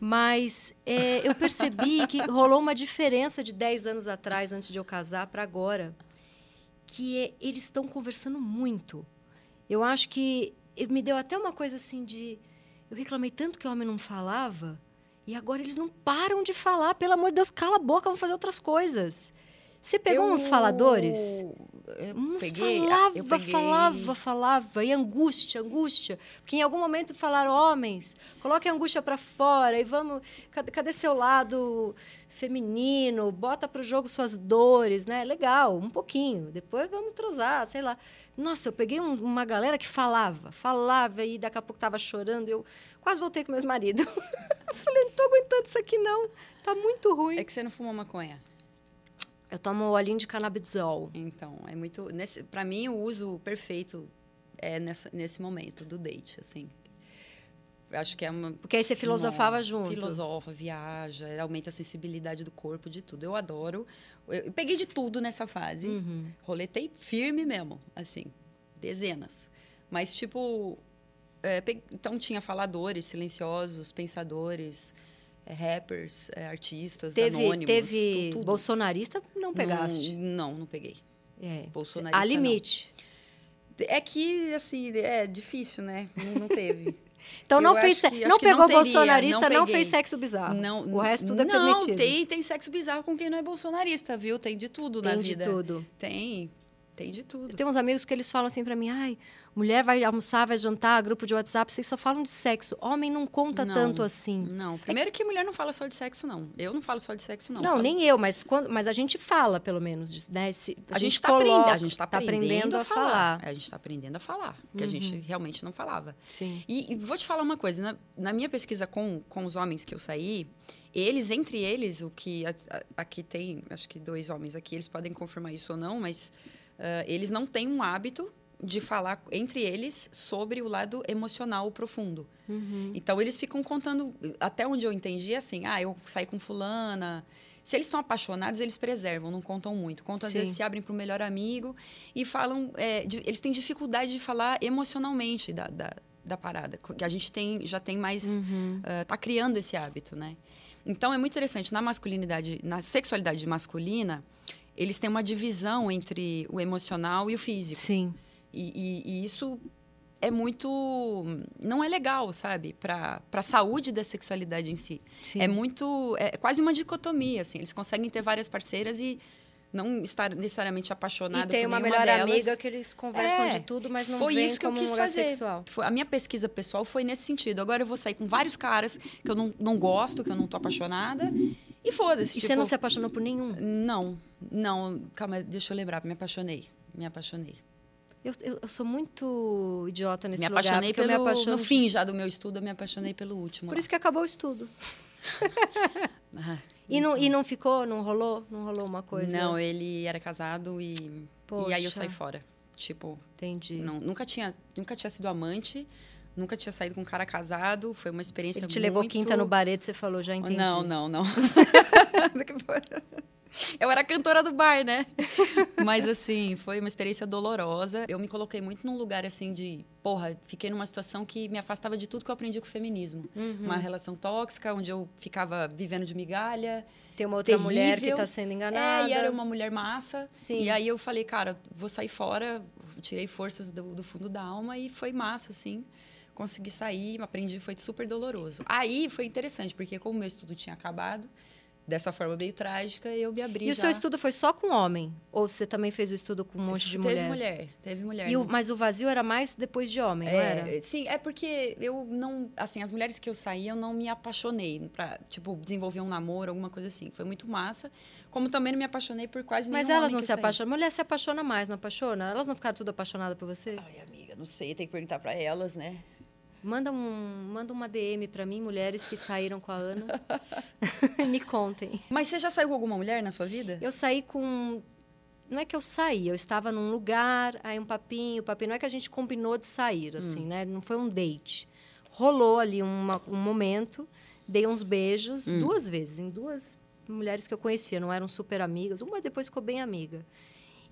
Mas é, eu percebi que rolou uma diferença de 10 anos atrás, antes de eu casar, para agora. Que é- eles estão conversando muito. Eu acho que eh, me deu até uma coisa assim de. Eu reclamei tanto que o homem não falava, e agora eles não param de falar. Pelo amor de Deus, cala a boca, vamos fazer outras coisas. Você pegou
Eu-
uns faladores?
Eu
Uns
peguei, eu
Hum, falava,
peguei-
falava, falava. E angústia, angústia. Porque em algum momento falaram, homens, coloque a angústia pra fora e vamos. Cadê, cadê seu lado feminino? Bota pro jogo suas dores, né? Legal, um pouquinho. Depois vamos transar, sei lá. Nossa, eu peguei um- uma galera que falava, falava e daqui a pouco tava chorando. Eu quase voltei com meus maridos. falei, não tô aguentando isso aqui, não. Tá muito ruim.
É que você não fuma maconha.
Eu tomo olhinho de canabidiol.
Então, é muito. Nesse, pra mim, o uso perfeito é nessa, nesse momento do date, assim. Eu Acho que é uma.
Porque aí você filosofava
Não,
junto.
Filosofa, viaja, aumenta a sensibilidade do corpo, de tudo. Eu adoro. Eu eu peguei de tudo nessa fase.
Uhum.
Roletei firme mesmo, assim, dezenas. Mas, tipo, é, pe- então tinha faladores, silenciosos, pensadores, é, rappers, é, artistas,
Teve,
anônimos.
teve
tu- tudo.
bolsonarista, não pegaste.
Não, não peguei.
É.
Bolsonarista,
Há
não.
limite.
É que, assim, é difícil, né? Não, não teve.
Então
Eu
não fez,
acho
se-
que- acho
não
que não
pegou
teria,
bolsonarista,
não
não, fez
peguei.
sexo bizarro.
não,
o resto tudo é
não,
permitido.
Tem, tem sexo bizarro com quem não é bolsonarista, viu? Tem de tudo
Tem
na
de
vida.
tudo.
Tem, tem de tudo.
Tem uns amigos que eles falam assim pra mim: "Ai, mulher vai almoçar, vai jantar, grupo de WhatsApp, vocês só falam de sexo. Homem não conta
Não.
tanto assim".
Não, primeiro que mulher não fala só de sexo, não. Eu não falo só de sexo, não.
Não,
Falo-
nem eu, mas quando, mas a gente fala pelo menos, disso, né? Se-
A, gente está
coloca,
aprendendo, a gente tá
tá
aprendendo, a falar. É,
falar. Uhum.
A gente está aprendendo a falar, que a gente realmente não falava.
Sim.
E, e vou te falar uma coisa, na, na minha pesquisa com, com os homens que eu saí, eles, entre eles, o que a- a- aqui tem, acho que dois homens aqui, eles podem confirmar isso ou não, mas ah, eles não têm um hábito de falar entre eles sobre o lado emocional profundo.
Uhum.
Então eles ficam contando, até onde eu entendi, assim, ah, eu saí com fulana. Se eles estão apaixonados, eles preservam, não contam muito. Contam, às
Sim.
vezes se abrem para o melhor amigo e falam. é, de- eles têm dificuldade de falar emocionalmente da, da, da parada. co- Que a gente tem, já tem mais.
Uhum.
ah, tá criando esse hábito, né? Então é muito interessante. Na masculinidade, na sexualidade masculina, eles têm uma divisão entre o emocional e o físico.
Sim.
E, e- e isso é muito. Não é legal, sabe? Para a saúde da sexualidade em si.
Sim.
É muito. É quase uma dicotomia, assim. Eles conseguem ter várias parceiras e não estar necessariamente apaixonado
e tem
por
uma
tipo, nenhuma
melhor
delas.
amiga que eles conversam
É,
de tudo, mas não
foi
vem
isso que eu
como
quis
um lugar
fazer.
sexual.
Foi- A minha pesquisa pessoal foi nesse sentido. Agora eu vou sair com vários caras que eu não, não gosto, que eu não tô apaixonada. E foda-se.
E
tipo,
você não se apaixonou por nenhum?
Não, não. Calma, deixa eu lembrar. Me apaixonei. Me apaixonei.
Eu, eu- eu sou muito idiota nesse
me
lugar.
apaixonei
porque eu
pelo
me apaixono Hum.
no fim já do meu estudo, eu me apaixonei pelo último.
Por
lá.
isso que acabou o estudo.
Ah,
E não, e não ficou? Não rolou? Não rolou uma coisa?
Não, ele era casado e e aí
Poxa.
eu saí fora. Tipo,
Entendi.
não- nunca tinha, nunca tinha sido amante, nunca tinha saído com um cara casado, foi uma experiência
Ele te levou
muito-
quinta no bareto, você falou, já entendi.
Não, não, não. eu era cantora do bar, né? Mas assim, foi uma experiência dolorosa. Eu me coloquei muito num lugar assim de, porra, fiquei numa situação que me afastava de tudo que eu aprendi com o feminismo.
Uhum.
Uma relação tóxica, onde eu ficava vivendo de migalha.
Tem uma outra
terrível.
mulher que tá sendo enganada.
É, e era uma mulher massa.
Sim.
E aí eu falei, cara, vou sair fora. Tirei forças do, do fundo da alma e foi massa, assim. Consegui sair, aprendi, foi super doloroso. Aí foi interessante, porque como meu estudo tinha acabado, dessa forma meio trágica, eu me abri
E o
já.
seu estudo foi só com homem? Ou você também fez o estudo com um monte de
teve
mulher?
mulher, teve mulher. né?
E o- mas o vazio era mais depois de homem, não era?
É, sim, é porque eu não, assim, as mulheres que eu saí, eu não me apaixonei pra, tipo, desenvolver um namoro, alguma coisa assim. Foi muito massa, como também não me apaixonei por quase nenhum
Mas
homem
elas não
que eu
se
saí.
apaixonam. Mulher se apaixona mais, não apaixona? Elas não ficaram tudo apaixonadas por você?
Ai, amiga, não sei, tem que perguntar pra elas, né?
Manda, um, manda uma DM pra mim, mulheres que saíram com a Ana. Me contem.
Mas você já saiu com alguma mulher na sua vida?
Eu saí com. Não é que eu saí, eu estava num lugar, aí um papinho, papinho. Não é que a gente combinou de sair, assim, né? Não foi um date. Rolou ali uma- um momento, dei uns beijos duas vezes, em duas mulheres que eu conhecia, não eram super amigas. Uma depois ficou bem amiga.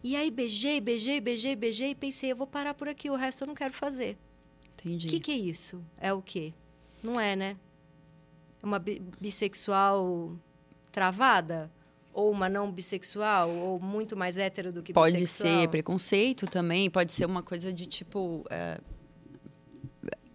E aí beijei, beijei, beijei, beijei, e pensei, eu vou parar por aqui, o resto eu não quero fazer.
Entendi.
O que, que é isso? É o quê? Não é, né? É Uma bi- bissexual travada? Ou uma não bissexual? Ou muito mais hétero do que
pode
bissexual?
ser preconceito também, pode ser uma coisa de tipo. é,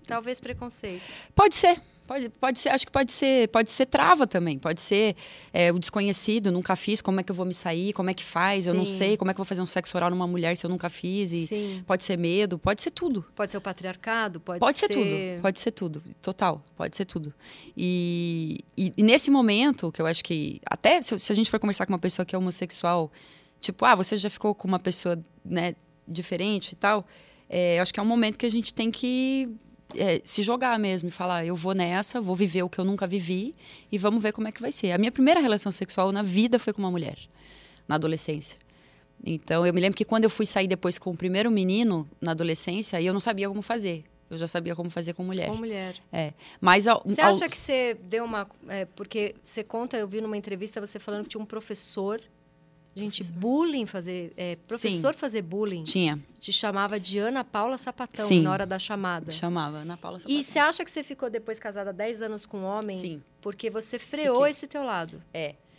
Talvez preconceito.
Pode ser. Pode, pode ser, acho que pode ser, pode ser trava também, pode ser é, o desconhecido, nunca fiz, como é que eu vou me sair, como é que faz, eu não
Sim.
sei, como é que eu vou fazer um sexo oral numa mulher se eu nunca fiz, e
Sim.
pode ser medo, pode ser tudo.
Pode ser o patriarcado? Pode,
Pode ser tudo, pode ser tudo, total, pode ser tudo. E, e- e nesse momento, que eu acho que, até se, se a gente for conversar com uma pessoa que é homossexual, tipo, ah, você já ficou com uma pessoa, né, diferente e tal, é, eu acho que é um momento que a gente tem que é, se jogar mesmo e falar, eu vou nessa, vou viver o que eu nunca vivi e vamos ver como é que vai ser. A minha primeira relação sexual na vida foi com uma mulher, na adolescência. Então, eu me lembro que quando eu fui sair depois com o primeiro menino, na adolescência, eu não sabia como fazer. Eu já sabia como fazer com mulher.
Com mulher.
É. Mas ao-
Você
ao-
acha que você deu uma. é, porque você conta, eu vi numa entrevista você falando que tinha um professor. Gente, bullying fazer. é, professor fazer bullying.
Tinha,
Te chamava de Ana Paula Sapatão
Sim.
na hora da chamada.
chamava, Ana Paula
E
Sapato.
você acha que você ficou depois casada 10 anos com um homem?
Sim,
Porque você freou
Fiquei.
esse teu lado.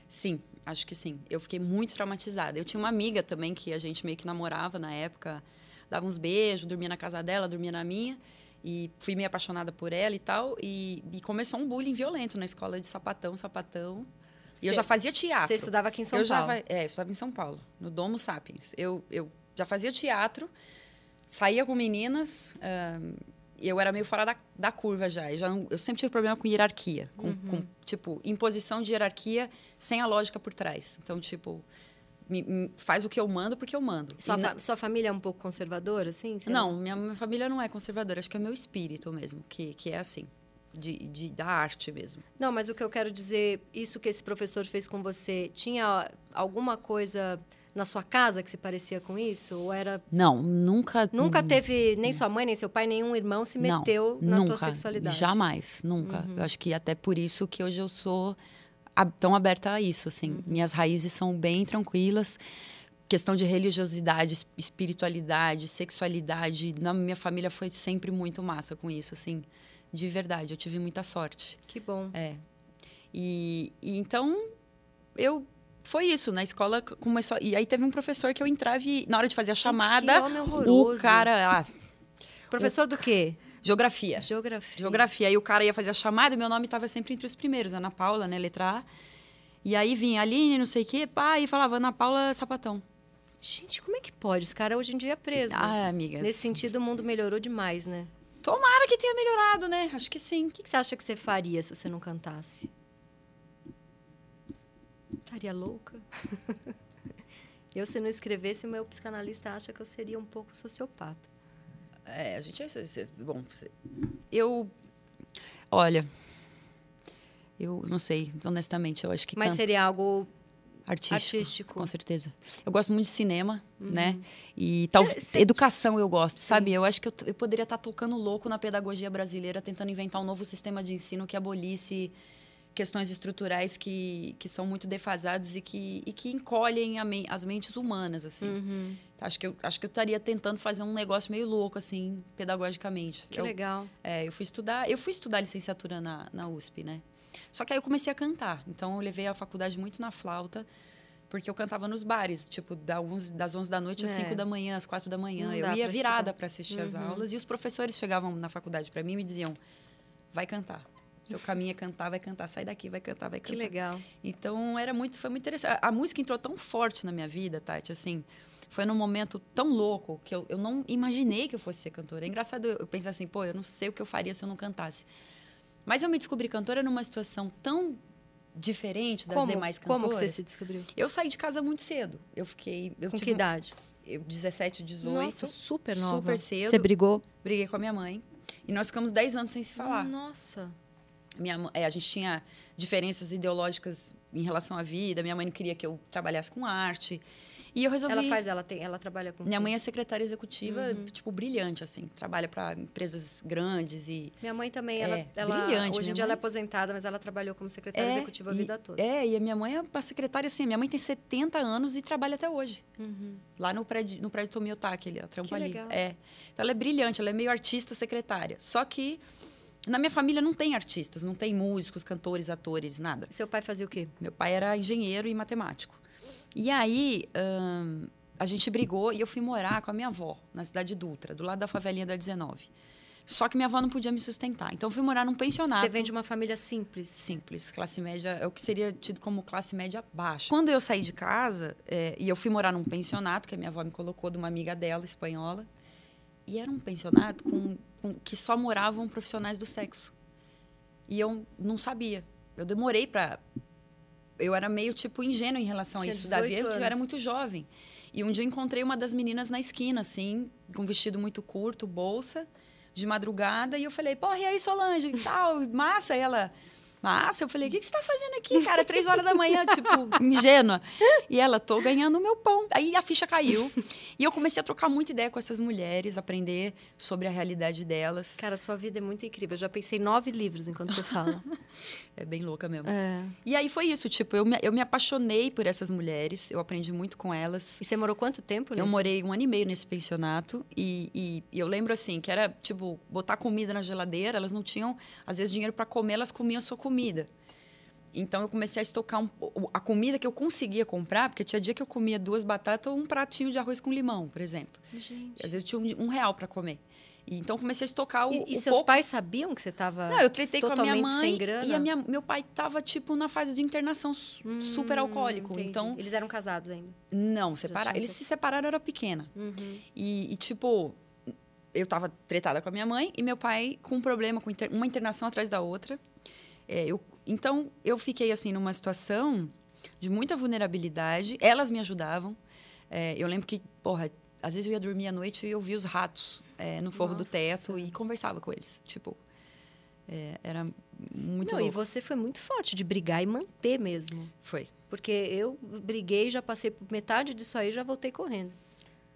sim, acho que sim. Eu fiquei muito traumatizada. Eu tinha uma amiga também que a gente meio que namorava na época, dava uns beijos, dormia na casa dela, dormia na minha. E fui meio apaixonada por ela e tal. E, e começou um bullying violento na escola de sapatão, sapatão. E eu
Cê-
já fazia teatro.
Você estudava aqui em São
eu
Paulo.
Já, vai- é, eu estava em São Paulo, no Domo Sapiens. Eu, eu já fazia teatro, saía com meninas, ahn, e eu era meio fora da, da curva já. Eu, já não- eu sempre tive problema com hierarquia, com, com, tipo, imposição de hierarquia sem a lógica por trás. Então, tipo, me- me- faz o que eu mando porque eu mando. E
Sua,
na-
fa- sua família é um pouco conservadora, assim? Você-
não, minha, minha família não é conservadora, acho que é meu espírito mesmo, que, que é assim, de, de, da arte mesmo.
Não, mas o que eu quero dizer, isso que esse professor fez com você, tinha alguma coisa na sua casa que se parecia com isso? Ou era.
Não, nunca.
Nunca teve nem sua mãe, nem seu pai, nenhum irmão se
Hum. Não,
meteu na
nunca,
tua sexualidade? Uhum.
Jamais, nunca. Eu acho que até por isso que hoje eu sou ab- tão aberta a isso, assim.
Uhum.
Minhas raízes são bem tranquilas. Questão de religiosidade, es- espiritualidade, sexualidade, na minha família foi sempre muito massa com isso, assim. De verdade, eu tive muita sorte.
Que bom.
É, E, e então eu foi isso, na escola c- começou e aí teve um professor que eu entrava e na hora de fazer a
que
chamada,
homem
o
horroroso.
cara, ah,
Professor do quê?
geografia.
Geografia.
Geografia. E o cara ia fazer a chamada e meu nome estava sempre entre os primeiros, Ana Paula, né? Letra A. E aí vinha Aline, não sei o quê, pá, e falava Ana Paula Sapatão.
Gente, como é que pode? Esse cara hoje em dia é preso.
Ah, amiga.
Nesse sentido, o mundo melhorou demais, né?
Tomara que tenha melhorado, né? Acho que sim.
O que que você acha que você faria se você não cantasse? Estaria louca? eu, se não escrevesse, o meu psicanalista acha que eu seria um pouco sociopata.
É, a gente é. Bom, eu. Olha. Eu não sei, honestamente, eu acho que
Mas
canto
seria algo
artístico,
artístico.
com certeza. Eu gosto muito de cinema, né? E tal
Uhum. Cê- cê-
educação eu gosto, sabe? Eu acho que eu, t- eu poderia estar tocando louco na pedagogia brasileira, tentando inventar um novo sistema de ensino que abolisse questões estruturais que, que são muito defasados e que, e que encolhem a men- as mentes humanas, assim.
Uhum.
Acho que eu acho que eu estaria tentando fazer um negócio meio louco, assim, pedagogicamente.
Que
Eu-
legal.
é, eu fui estudar, eu fui estudar licenciatura na, na USP, né? Só que aí eu comecei a cantar. Então eu levei a faculdade muito na flauta, porque eu cantava nos bares, tipo, da 11 das 11 da noite às
É.
5 da manhã, às 4 da manhã.
Não
eu
dá
ia
pra
virada
estudar. Uhum.
para assistir às aulas e os professores chegavam na faculdade para mim e me diziam: "Vai cantar. Seu caminho é cantar, vai cantar, sai daqui, vai cantar, vai
Que
cantar".
legal.
Então era muito, foi muito interessante. A, a música entrou tão forte na minha vida, Tati, assim. Foi num momento tão louco que eu, eu não imaginei que eu fosse ser cantora. É engraçado eu, eu pensar assim, pô, eu não sei o que eu faria se eu não cantasse. Mas eu me descobri cantora numa situação tão diferente das
Como,
demais cantoras.
como que você se descobriu?
Eu saí de casa muito cedo. Eu fiquei. Eu
Com
tive
que
um
idade?
eu, 17, 18.
Nossa, super nova.
super cedo.
Você brigou?
Briguei com a minha mãe. E nós ficamos 10 anos sem se falar.
Nossa.
Minha, mã- é, a gente tinha diferenças ideológicas em relação à vida. Minha mãe não queria que eu trabalhasse com arte. E eu resolvi.
Ela faz, um Uhum. ela tem, ela trabalha com...
Minha mãe é secretária executiva, tipo, brilhante, assim. Trabalha para empresas grandes e.
Minha mãe também, ela,
É,
ela
brilhante,
hoje em
minha
dia ela é
mãe.
aposentada, mas ela trabalhou como secretária
É,
executiva a
e-
vida toda.
É, e a minha mãe é uma secretária, assim. Minha mãe tem 70 anos e trabalha até hoje. Lá no prédio, no prédio Tomiotaki, ali, ela trampa
Uhum. Que
ali.
legal.
É. Então ela é brilhante, ela é meio artista secretária. Só que na minha família não tem artistas, não tem músicos, cantores, atores, nada.
Seu pai fazia o quê?
Meu pai era engenheiro e matemático. E aí, ahn, a gente brigou e eu fui morar com a minha avó, na cidade de Dutra, do lado da favelinha da 19. Só que minha avó não podia me sustentar. Então, eu fui morar num pensionato
Você vem de uma família simples.
simples, classe média, é o que seria tido como classe média baixa. Quando eu saí de casa, é, e eu fui morar num pensionato, que a minha avó me colocou de uma amiga dela, espanhola, e era um pensionato com, com- que só moravam profissionais do sexo. E eu não sabia. Eu demorei para eu era meio tipo ingênua em relação
Tinha
a isso, Davi,
18
porque eu era
anos.
muito jovem. E um dia eu encontrei uma das meninas na esquina, assim, com um vestido muito curto, bolsa, de madrugada e eu falei, porra, e aí, Solange? E tal, massa. E ela, massa. Eu falei, o que, que você tá fazendo aqui, cara? Três horas da manhã, tipo, ingênua. E ela, tô ganhando meu pão. Aí a ficha caiu. E eu comecei a trocar muita ideia com essas mulheres, aprender sobre a realidade delas.
Cara, sua vida é muito incrível. Eu já pensei nove livros enquanto você fala.
É bem louca mesmo.
É.
E aí foi isso, tipo, eu me, eu me apaixonei por essas mulheres, eu aprendi muito com elas.
E você morou quanto tempo
Eu
nisso?
morei um ano e meio nesse pensionato e, e- e eu lembro assim que era tipo botar comida na geladeira, elas não tinham às vezes dinheiro para comer, elas comiam a sua comida. Então eu comecei a estocar um- o- a comida que eu conseguia comprar, porque tinha dia que eu comia duas batatas ou um pratinho de arroz com limão, por exemplo.
Gente.
Às vezes tinha um, um real para comer. E, então eu comecei a estocar o,
E, e
o
seus
pouco.
pais sabiam que você estava
Não, eu tretei com a minha
totalmente
mãe
sem grana?
e a minha- meu pai tava tipo na fase de internação su-
Hum,
super alcoólico.
entendi.
Então,
Eles eram casados ainda.
não, separaram.
tinha
Eles
se-
se separaram, eu era pequena.
Uhum.
E, e, tipo, eu tava tretada com a minha mãe e meu pai com um problema, com inter- uma internação atrás da outra. É, eu, então, eu fiquei, assim, numa situação de muita vulnerabilidade. Elas me ajudavam. É, eu lembro que, porra, às vezes eu ia dormir à noite e eu via os ratos é, no forro do
Nossa.
teto e conversava com eles. Tipo, é, era muito
Não, e
louco.
você foi muito forte de brigar e manter mesmo.
Foi.
Porque eu briguei, já passei por metade disso aí e já voltei correndo.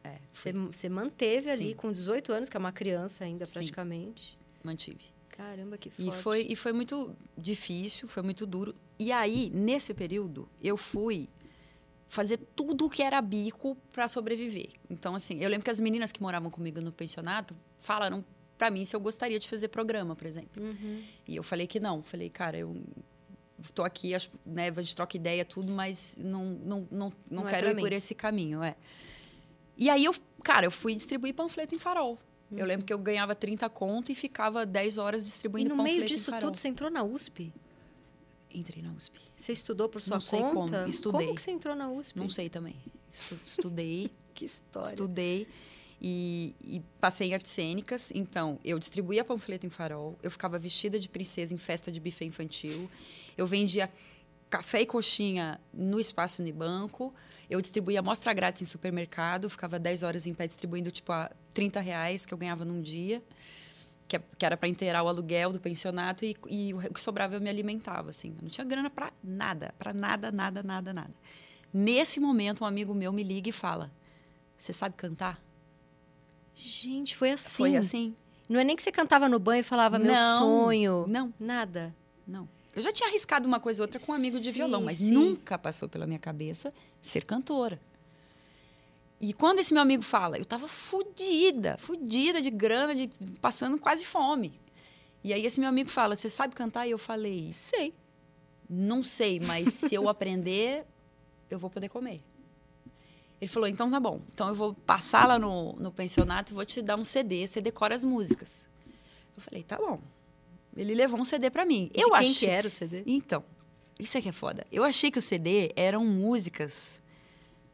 É,
Você, você manteve ali
Sim.
com 18 anos, que é uma criança ainda
Sim.
praticamente.
mantive.
Caramba, que forte.
E foi, e foi muito difícil, foi muito duro. E aí, nesse período, eu fui fazer tudo o que era bico para sobreviver. Então, assim, eu lembro que as meninas que moravam comigo no pensionato falaram para mim se eu gostaria de fazer programa, por exemplo.
Uhum.
E eu falei que não. Falei, cara, eu tô aqui, acho, né, a gente troca ideia, tudo, mas não, não, não, não,
Não é
quero
pra
ir por
mim.
esse caminho, é. E aí eu, cara, eu fui distribuir panfleto em farol.
Uhum.
Eu lembro que eu ganhava 30 conto e ficava 10 horas
E
distribuindo
no
panfleto
meio
em
disso
farol.
tudo, você entrou na USP?
Entrei na USP.
Você estudou por sua
Não sei como,
conta?
estudei.
Como que você entrou na USP?
Não sei também. Estu- Estudei,
Que história.
estudei e, e passei em artes cênicas. Então, eu distribuía panfleto em farol, eu ficava vestida de princesa em festa de buffet infantil, eu vendia café e coxinha no espaço Unibanco, eu distribuía amostra grátis em supermercado, ficava 10 horas em pé distribuindo, tipo, a 30 reais que eu ganhava num dia. Que, é- que era para inteirar o aluguel do pensionato e, e o re- o que sobrava eu me alimentava, assim. Eu não tinha grana para nada, para nada, nada, nada, nada. Nesse momento, um amigo meu me liga e fala: Você sabe cantar?
Gente, foi assim.
Foi assim?
Não é nem que você cantava no banho e falava meu
Não.
sonho.
Não,
Nada.
não. Eu já tinha arriscado uma coisa ou outra com um amigo de
Sim,
violão, mas
sim.
nunca passou pela minha cabeça ser cantora. E quando esse meu amigo fala, eu tava fudida, fudida de grana, de, passando quase fome. E aí esse meu amigo fala, você sabe cantar? E eu falei,
Sei.
Não sei, mas se eu aprender, eu vou poder comer. Ele falou, então tá bom. Então eu vou passar lá no, no pensionato e vou te dar um CD, você decora as músicas. Eu falei, tá bom. Ele levou um CD pra mim.
De
eu
quem
achei.
que é? era o CD?
Então, isso é que é foda. Eu achei que o CD eram músicas,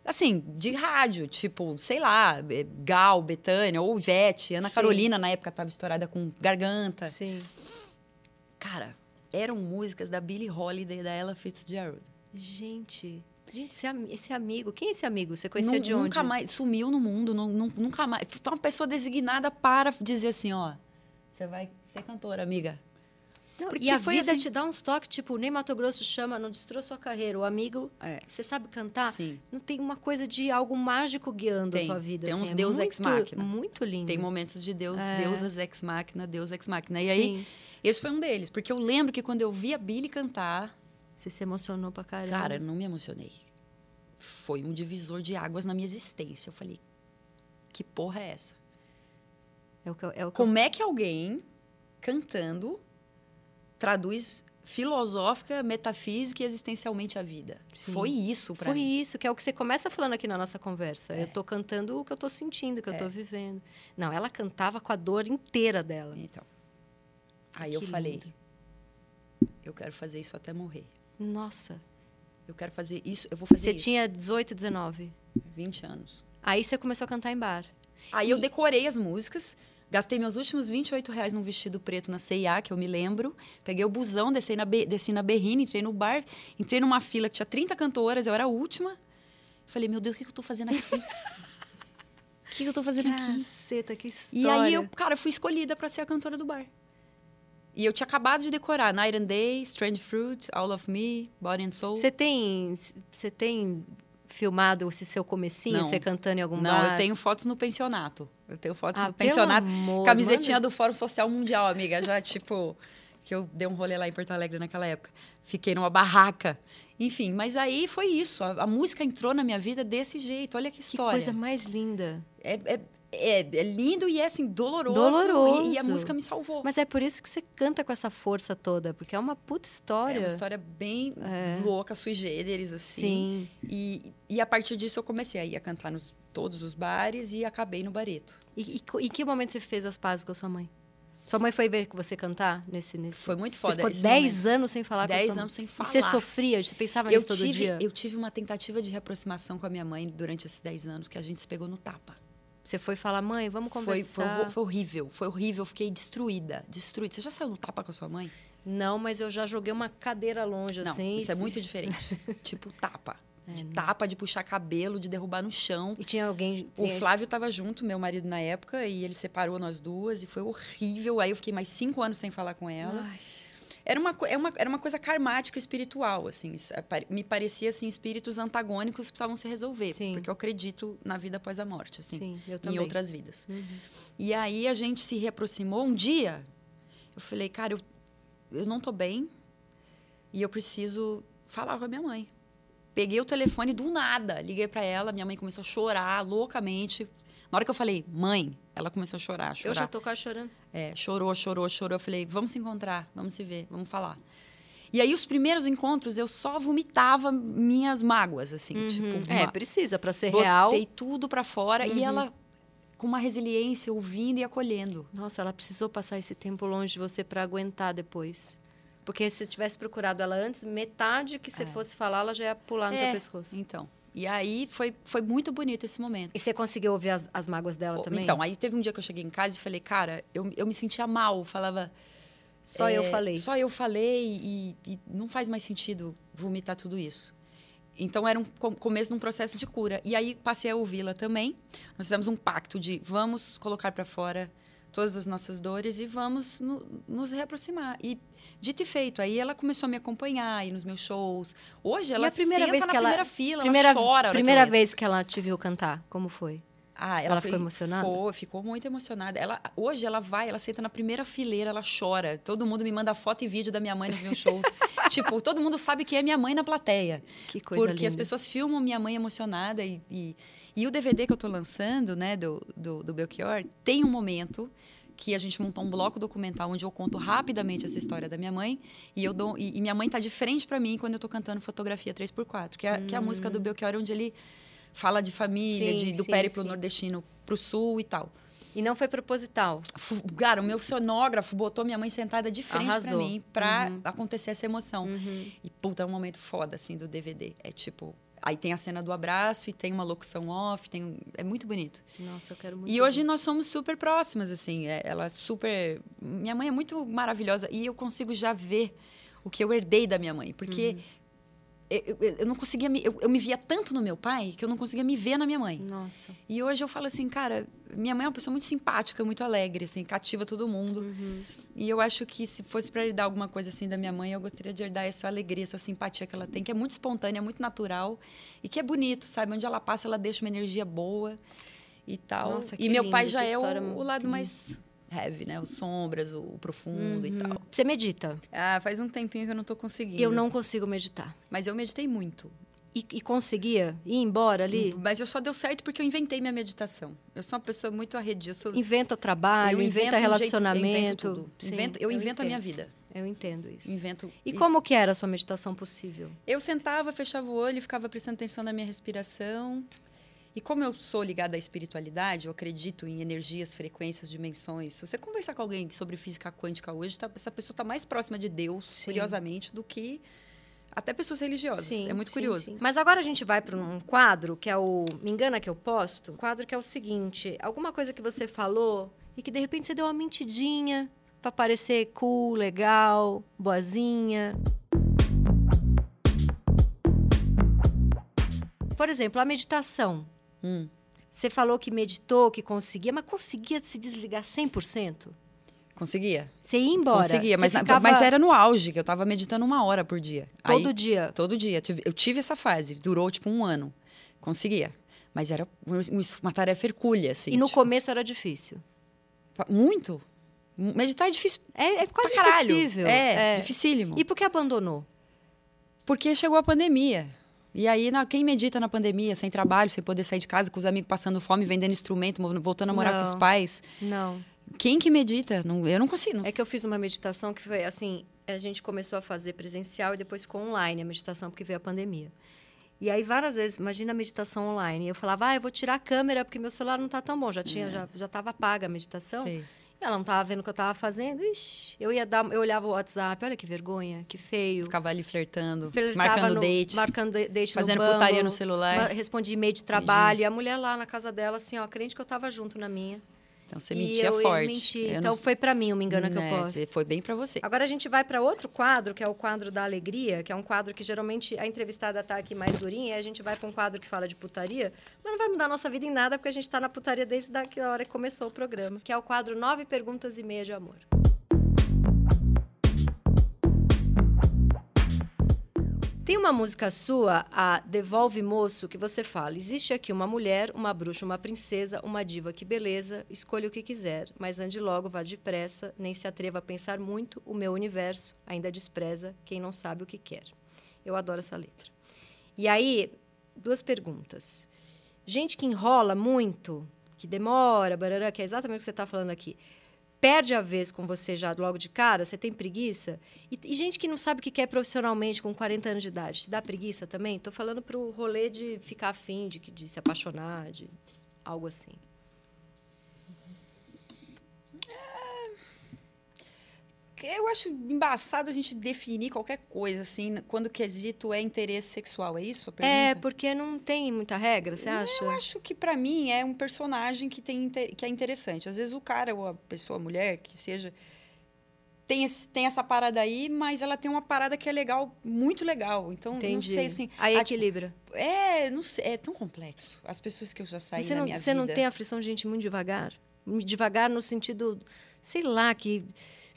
assim, de rádio, tipo, sei lá, eh, Gal, Betânia, ou Ivete, Ana
Sim.
Carolina, na época, tava estourada com garganta.
Sim.
Cara, eram músicas da Billie Holiday e da Ella Fitzgerald.
Gente. Gente, esse, ami- esse amigo. Quem é esse amigo? Você conhecia
Nun-
de onde?
Nunca mais sumiu no mundo, nu- nu- nunca mais. Foi uma pessoa designada para dizer assim, ó, você vai ser cantora, amiga.
Não,
Porque
e a
foi
vida
assim-
te dá uns toques, tipo, nem Mato Grosso chama, não destrou sua carreira. O amigo,
É.
você sabe cantar?
Sim.
Não tem uma coisa de algo mágico guiando a
Tem.
sua vida.
Tem
assim,
uns
é
deus
muito-
ex machina.
Muito lindo.
Tem momentos de Deus, deusas ex machina, Deus ex machina. E aí,
É. Sim.
esse foi um deles, porque eu lembro que quando eu vi a Billy cantar,
Você se emocionou pra caramba.
cara, eu não me emocionei. Foi um divisor de águas na minha existência. Eu falei, que porra é essa?
é o que eu, é o que eu-
Como é que alguém cantando traduz filosófica, metafísica e existencialmente a vida?
Sim.
Foi isso pra
Foi
mim.
isso, que é o que você começa falando aqui na nossa conversa. Eu tô cantando o que eu tô sentindo, o que eu tô vivendo. Não, ela cantava com a dor inteira dela.
Então. Aí eu
Que
falei,
lindo.
eu quero fazer isso até morrer.
Nossa.
Eu quero fazer isso, eu vou fazer
Você
isso.
tinha 18, 19.
20 anos.
Aí você começou a cantar em bar.
Aí eu decorei as músicas, gastei meus últimos 28 reais num vestido preto na C&A, que eu me lembro. Peguei o busão, desci na, Be- desci na Berrine, entrei no bar, entrei numa fila que tinha 30 cantoras, eu era a última. Falei, meu Deus, o que que eu tô fazendo aqui?
O que, que eu tô fazendo
Ah,
aqui?
Caceta, que história.
E aí eu, cara, fui escolhida para ser a cantora do bar. E eu tinha acabado de decorar Night and Day, Strange Fruit, All of Me, Body and Soul.
Você tem, você tem filmado esse seu comecinho,
Não.
você cantando em algum
Não,
bar?
eu tenho fotos no pensionato. Eu tenho fotos
Ah,
no
pelo
pensionato.
amor,
Camisetinha
manda.
do Fórum Social Mundial, amiga. Já, tipo, que eu dei um rolê lá em Porto Alegre naquela época. Fiquei numa barraca. Enfim, mas aí foi isso. A, a música entrou na minha vida desse jeito. Olha que
Que
história.
coisa mais linda.
É, é, é- é lindo e é, assim, doloroso.
Doloroso.
E, e a música me salvou.
Mas é por isso que você canta com essa força toda, porque é uma puta história.
É uma história bem louca, sui generis, assim.
É. Sim.
E, e a partir disso eu comecei a ir a cantar nos todos os bares e acabei no bareto.
E, e co- em que momento você fez as pazes com a sua mãe? Sua mãe foi ver você cantar nesse nesse.
Foi muito
Você
foda.
ficou
esse
10 anos sem falar
momento.
com a sua
Dez
mãe.
anos sem
E
falar.
você sofria? Você pensava
eu
nisso todo
tive,
dia?
eu tive uma tentativa de reaproximação com a minha mãe durante esses 10 anos, que a gente se pegou no tapa.
Você foi falar, mãe, vamos
Foi, foi,
conversar.
horro- foi horrível, foi horrível, eu fiquei destruída, destruída. Você já saiu no tapa com a sua mãe?
Não, mas eu já joguei uma cadeira longe,
Não,
assim.
isso é
se-
muito diferente. tipo tapa.
É,
De tapa, de puxar cabelo, de derrubar no chão.
E tinha alguém...
O Flávio estava junto, meu marido na época, e ele separou nós duas, e foi horrível. Aí eu fiquei mais cinco anos sem falar com ela.
Ai.
Era uma, co- é uma- era uma coisa karmática espiritual, assim. isso, é, pare- Me parecia, assim, espíritos antagônicos que precisavam se resolver.
Sim.
Porque eu acredito na vida após a morte, assim.
Sim, eu
em
também. Uhum.
outras vidas. E aí a gente se reaproximou um dia. Eu falei, cara, eu, eu não tô bem e eu preciso falar com a minha mãe. Peguei o telefone do nada, liguei pra ela, minha mãe começou a chorar loucamente. Na hora que eu falei, mãe, ela começou a chorar, chorar.
Eu já tô quase chorando.
É, chorou, chorou, chorou. Eu falei, vamos se encontrar, vamos se ver, vamos falar. E aí, os primeiros encontros, eu só vomitava minhas mágoas, assim. Tipo,
é,
ma-
precisa pra ser
Botei
real. Uhum.
tudo pra fora e ela com uma resiliência ouvindo e acolhendo.
Nossa, ela precisou passar esse tempo longe de você pra aguentar depois. Porque se tivesse procurado ela antes, metade que você fosse falar, ela já ia pular no
É.
teu pescoço.
Então, e aí foi, foi muito bonito esse momento.
E você conseguiu ouvir as, as mágoas dela também?
Então, aí teve um dia que eu cheguei em casa e falei, cara, eu, eu me sentia mal, falava,
Só eu
É,
falei.
Só eu falei e, e não faz mais sentido vomitar tudo isso. Então era um co- começo de um processo de cura. E aí passei a ouvi-la também. Nós fizemos um pacto de vamos colocar para fora todas as nossas dores e vamos no- nos reaproximar. E dito e feito, aí ela começou a me acompanhar aí nos meus shows. Hoje ela
a primeira
senta
vez
na
que ela-
primeira fila,
primeira
ela chora. né, a hora que eu
primeira
entro.
vez que ela te viu cantar, como foi?
Ah,
Ela
foi-
ficou emocionada?
Foi, ficou muito emocionada. Ela, hoje ela vai, ela senta na primeira fileira, ela chora. Todo mundo me manda foto e vídeo da minha mãe nos meus shows. tipo, todo mundo sabe que é minha mãe na plateia.
Que coisa
porque
linda.
as pessoas filmam minha mãe emocionada. E, e, e o DVD que eu tô lançando, né, do, do, do Belchior, tem um momento que a gente montou um bloco documental onde eu conto rapidamente essa história da minha mãe e eu dou e, e minha mãe tá de frente para mim quando eu tô cantando fotografia 3x4 que é, a- que é a música do Belchior onde ele fala de família
Hum. Sim,
de, do
sim,
périplo
sim.
nordestino pro sul e tal
E não foi proposital.
Fu- cara o meu sonógrafo botou minha mãe sentada de frente para
Arrasou.
mim para acontecer essa emoção e puta é um momento foda assim do DVD é tipo aí tem a cena do abraço e tem uma locução off tem um- é muito bonito
Nossa, eu quero muito.
e hoje nós somos super próximas, assim. é- Ela é super. Minha mãe é muito maravilhosa e eu consigo já ver o que eu herdei da minha mãe, porque. Eu, eu- eu não conseguia me, eu, eu me via tanto no meu pai que eu não conseguia me ver na minha mãe.
Nossa.
E hoje eu falo assim, cara, minha mãe é uma pessoa muito simpática, muito alegre, assim, cativa todo mundo.
Uhum.
E eu acho que se fosse para herdar alguma coisa assim da minha mãe, eu gostaria de herdar essa alegria, essa simpatia que ela tem, que é muito espontânea, muito natural e que é bonito, sabe? Onde ela passa, ela deixa uma energia boa e tal.
Nossa, que
e meu
lindo,
pai
que
já é o,
história
o lado mais heavy, né? Os sombras, o, o profundo e tal.
Você medita.
Ah, faz um tempinho que eu não tô conseguindo.
Uhum. Eu não consigo meditar.
Mas eu meditei muito.
E, e conseguia ir embora ali?
Mas eu só deu certo porque eu inventei minha meditação. Eu sou uma pessoa muito arredia, eu sou
Inventa trabalho, inventa
um jeito- eu
relacionamento.
invento tudo.
Sim,
Invento- eu, invento a minha
entendo.
vida.
Eu entendo isso.
Invento.
E como que era a sua meditação possível?
Eu sentava, fechava o olho, e ficava prestando atenção na minha respiração. E como eu sou ligada à espiritualidade, eu acredito em energias, frequências, dimensões. Se você conversar com alguém sobre física quântica hoje, tá- essa pessoa está mais próxima de Deus, curiosamente, do que até pessoas religiosas. é muito curioso.
Mas agora a gente vai para um quadro que é o Me engana que eu posto. Um quadro que é o seguinte: alguma coisa que você falou e que de repente você deu uma mentidinha para parecer cool, legal, boazinha.
Hum.
Por exemplo, a meditação. Você falou que meditou, que conseguia, mas conseguia se desligar 100%?
Conseguia.
Você ia embora?
Conseguia,
Você
mas, na-
ficava
mas era no auge, que eu tava meditando uma hora por dia. Aí-
todo dia.
Todo dia. Tive- Eu tive essa fase, durou tipo um ano. Conseguia. Mas era um es- uma tarefa hercúlea, assim.
E no
tipo,
começo era difícil.
pa- Muito. M- Meditar é difícil
É, é
pra
quase
caralho.
impossível.
É,
É.
dificílimo.
E por que abandonou?
Porque chegou a pandemia. E aí, na- quem medita na pandemia, sem trabalho, sem poder sair de casa, com os amigos passando fome, vendendo instrumento, mo- voltando a morar com os
Não.
pais.
Não.
Quem que medita? Não- eu não consigo.
É que eu fiz uma meditação que foi assim, a gente começou a fazer presencial e depois ficou online a meditação porque veio a pandemia. E aí várias vezes, imagina a meditação online, eu falava: "Ah, eu vou tirar a câmera porque meu celular não tá tão bom, já
É.
tinha já já tava apaga a meditação".
Sei.
Ela não tava vendo o que eu tava fazendo. Ixi, eu ia dar, eu olhava o WhatsApp, olha que vergonha, que feio.
Ficava ali flertando,
Flertava
marcando
no-
date,
Marcando de- date
fazendo
no Bumble,
putaria no celular.
ma- Respondi e-mail de trabalho. E a mulher lá na casa dela, assim, ó, crente que eu tava junto na minha.
Então você
E
mentia
eu ia
forte.
mentir.
Eu
Então
não-
foi pra mim o me engana que eu
Né,
posso.
você- Foi bem pra você.
Agora a gente vai para outro quadro, que é o quadro da alegria, que é um quadro que geralmente a entrevistada tá aqui mais durinha, e a gente vai para um quadro que fala de putaria, mas não vai mudar a nossa vida em nada, porque a gente tá na putaria desde daquela hora que começou o programa, que é o quadro Nove Perguntas e Meia de Amor. Tem uma música sua, a Devolve Moço, que você fala: existe aqui uma mulher, uma bruxa, uma princesa, uma diva, que beleza, escolha o que quiser, mas ande logo, vá depressa, nem se atreva a pensar muito, o meu universo ainda despreza quem não sabe o que quer. Eu adoro essa letra. E aí, duas perguntas. Gente que enrola muito, que demora, barará, que é exatamente o que você está falando aqui, perde a vez com você já logo de cara, você tem preguiça? E, e gente que não sabe o que quer profissionalmente com 40 anos de idade, te dá preguiça também? Tô falando pro rolê de ficar afim, de, que- de se apaixonar, de algo assim.
Eu acho embaçado a gente definir qualquer coisa, assim, quando o quesito é interesse sexual, é isso a pergunta?
É, porque não tem muita regra, você acha?
Eu acho que pra mim é um personagem que tem inte- que é interessante. Às vezes o cara ou a pessoa, a mulher, que seja, tem, esse- tem essa parada aí, mas ela tem uma parada que é legal, muito legal. Então,
Entendi.
não sei assim.
Aí
ah,
equilibra.
É, não sei, é tão complexo. As pessoas que eu já saí
Mas você
Tá na
não,
minha
você
vida.
não tem a aflição de gente muito devagar? Devagar no sentido, sei lá, que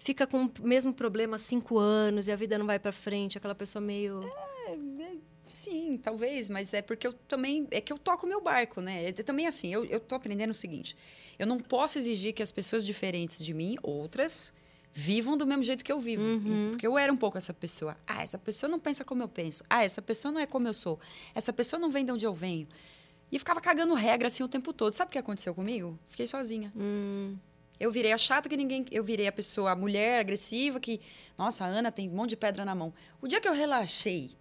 fica com o mesmo problema há cinco anos e a vida não vai pra frente, aquela pessoa meio...
É, né, Sim, talvez, mas é porque eu também. É que eu toco meu barco, né? É também assim, eu, eu tô aprendendo o seguinte: eu não posso exigir que as pessoas diferentes de mim, outras, vivam do mesmo jeito que eu vivo.
Uhum.
Porque eu era um pouco essa pessoa. Ah, essa pessoa não pensa como eu penso. Ah, essa pessoa não é como eu sou. Essa pessoa não vem de onde eu venho. E eu ficava cagando regra assim o tempo todo. Sabe o que aconteceu comigo? Fiquei sozinha.
Hum,
Eu virei a chata que ninguém. Eu virei a pessoa, a mulher agressiva que. Nossa, a Ana tem um monte de pedra na mão. O dia que eu relaxei,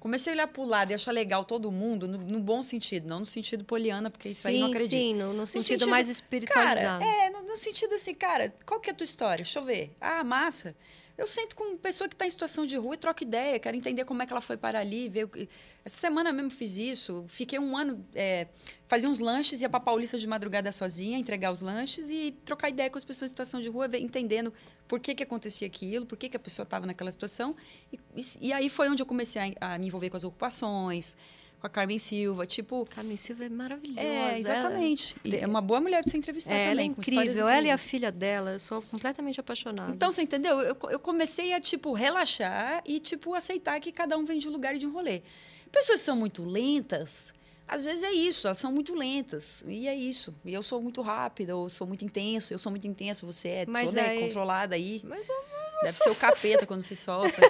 comecei a olhar pro lado e achar legal todo mundo, no, no bom sentido, não no sentido poliana, porque isso aí eu não
sim,
acredito.
sim, no, no sentido,
sentido-
mais
Cara,
espiritualizado.
é, no, no sentido assim, cara, qual que é a tua história? Deixa eu ver. Ah, massa. Eu sento com pessoa que está em situação de rua e troco ideia, quero entender como é que ela foi para ali. Ver... o que- Essa semana mesmo fiz isso. Fiquei um ano, é, fazia uns lanches, ia para Paulista de madrugada sozinha, entregar os lanches e trocar ideia com as pessoas em situação de rua, ver- entendendo por que, que acontecia aquilo, por que, que a pessoa estava naquela situação. E, e- e aí foi onde eu comecei a, a me envolver com as ocupações, com a Carmen Silva, tipo.
Carmen Silva é maravilhosa.
É,
ela-
exatamente. E É uma boa mulher pra você entrevistar
É, ela é
também. com histórias
incrível. Ela e a
incríveis.
filha dela, eu sou completamente apaixonada.
Então, você entendeu? Eu, eu comecei a, tipo, relaxar e, tipo, aceitar que cada um vem de um lugar e de um rolê. Pessoas que são muito lentas, às vezes é isso, elas são muito lentas. E é isso. E eu sou muito rápida, eu sou muito intenso, eu sou muito intenso, você é
Mas
toda
aí-
controlada aí.
Mas, eu-
Deve ser o capeta quando se solta.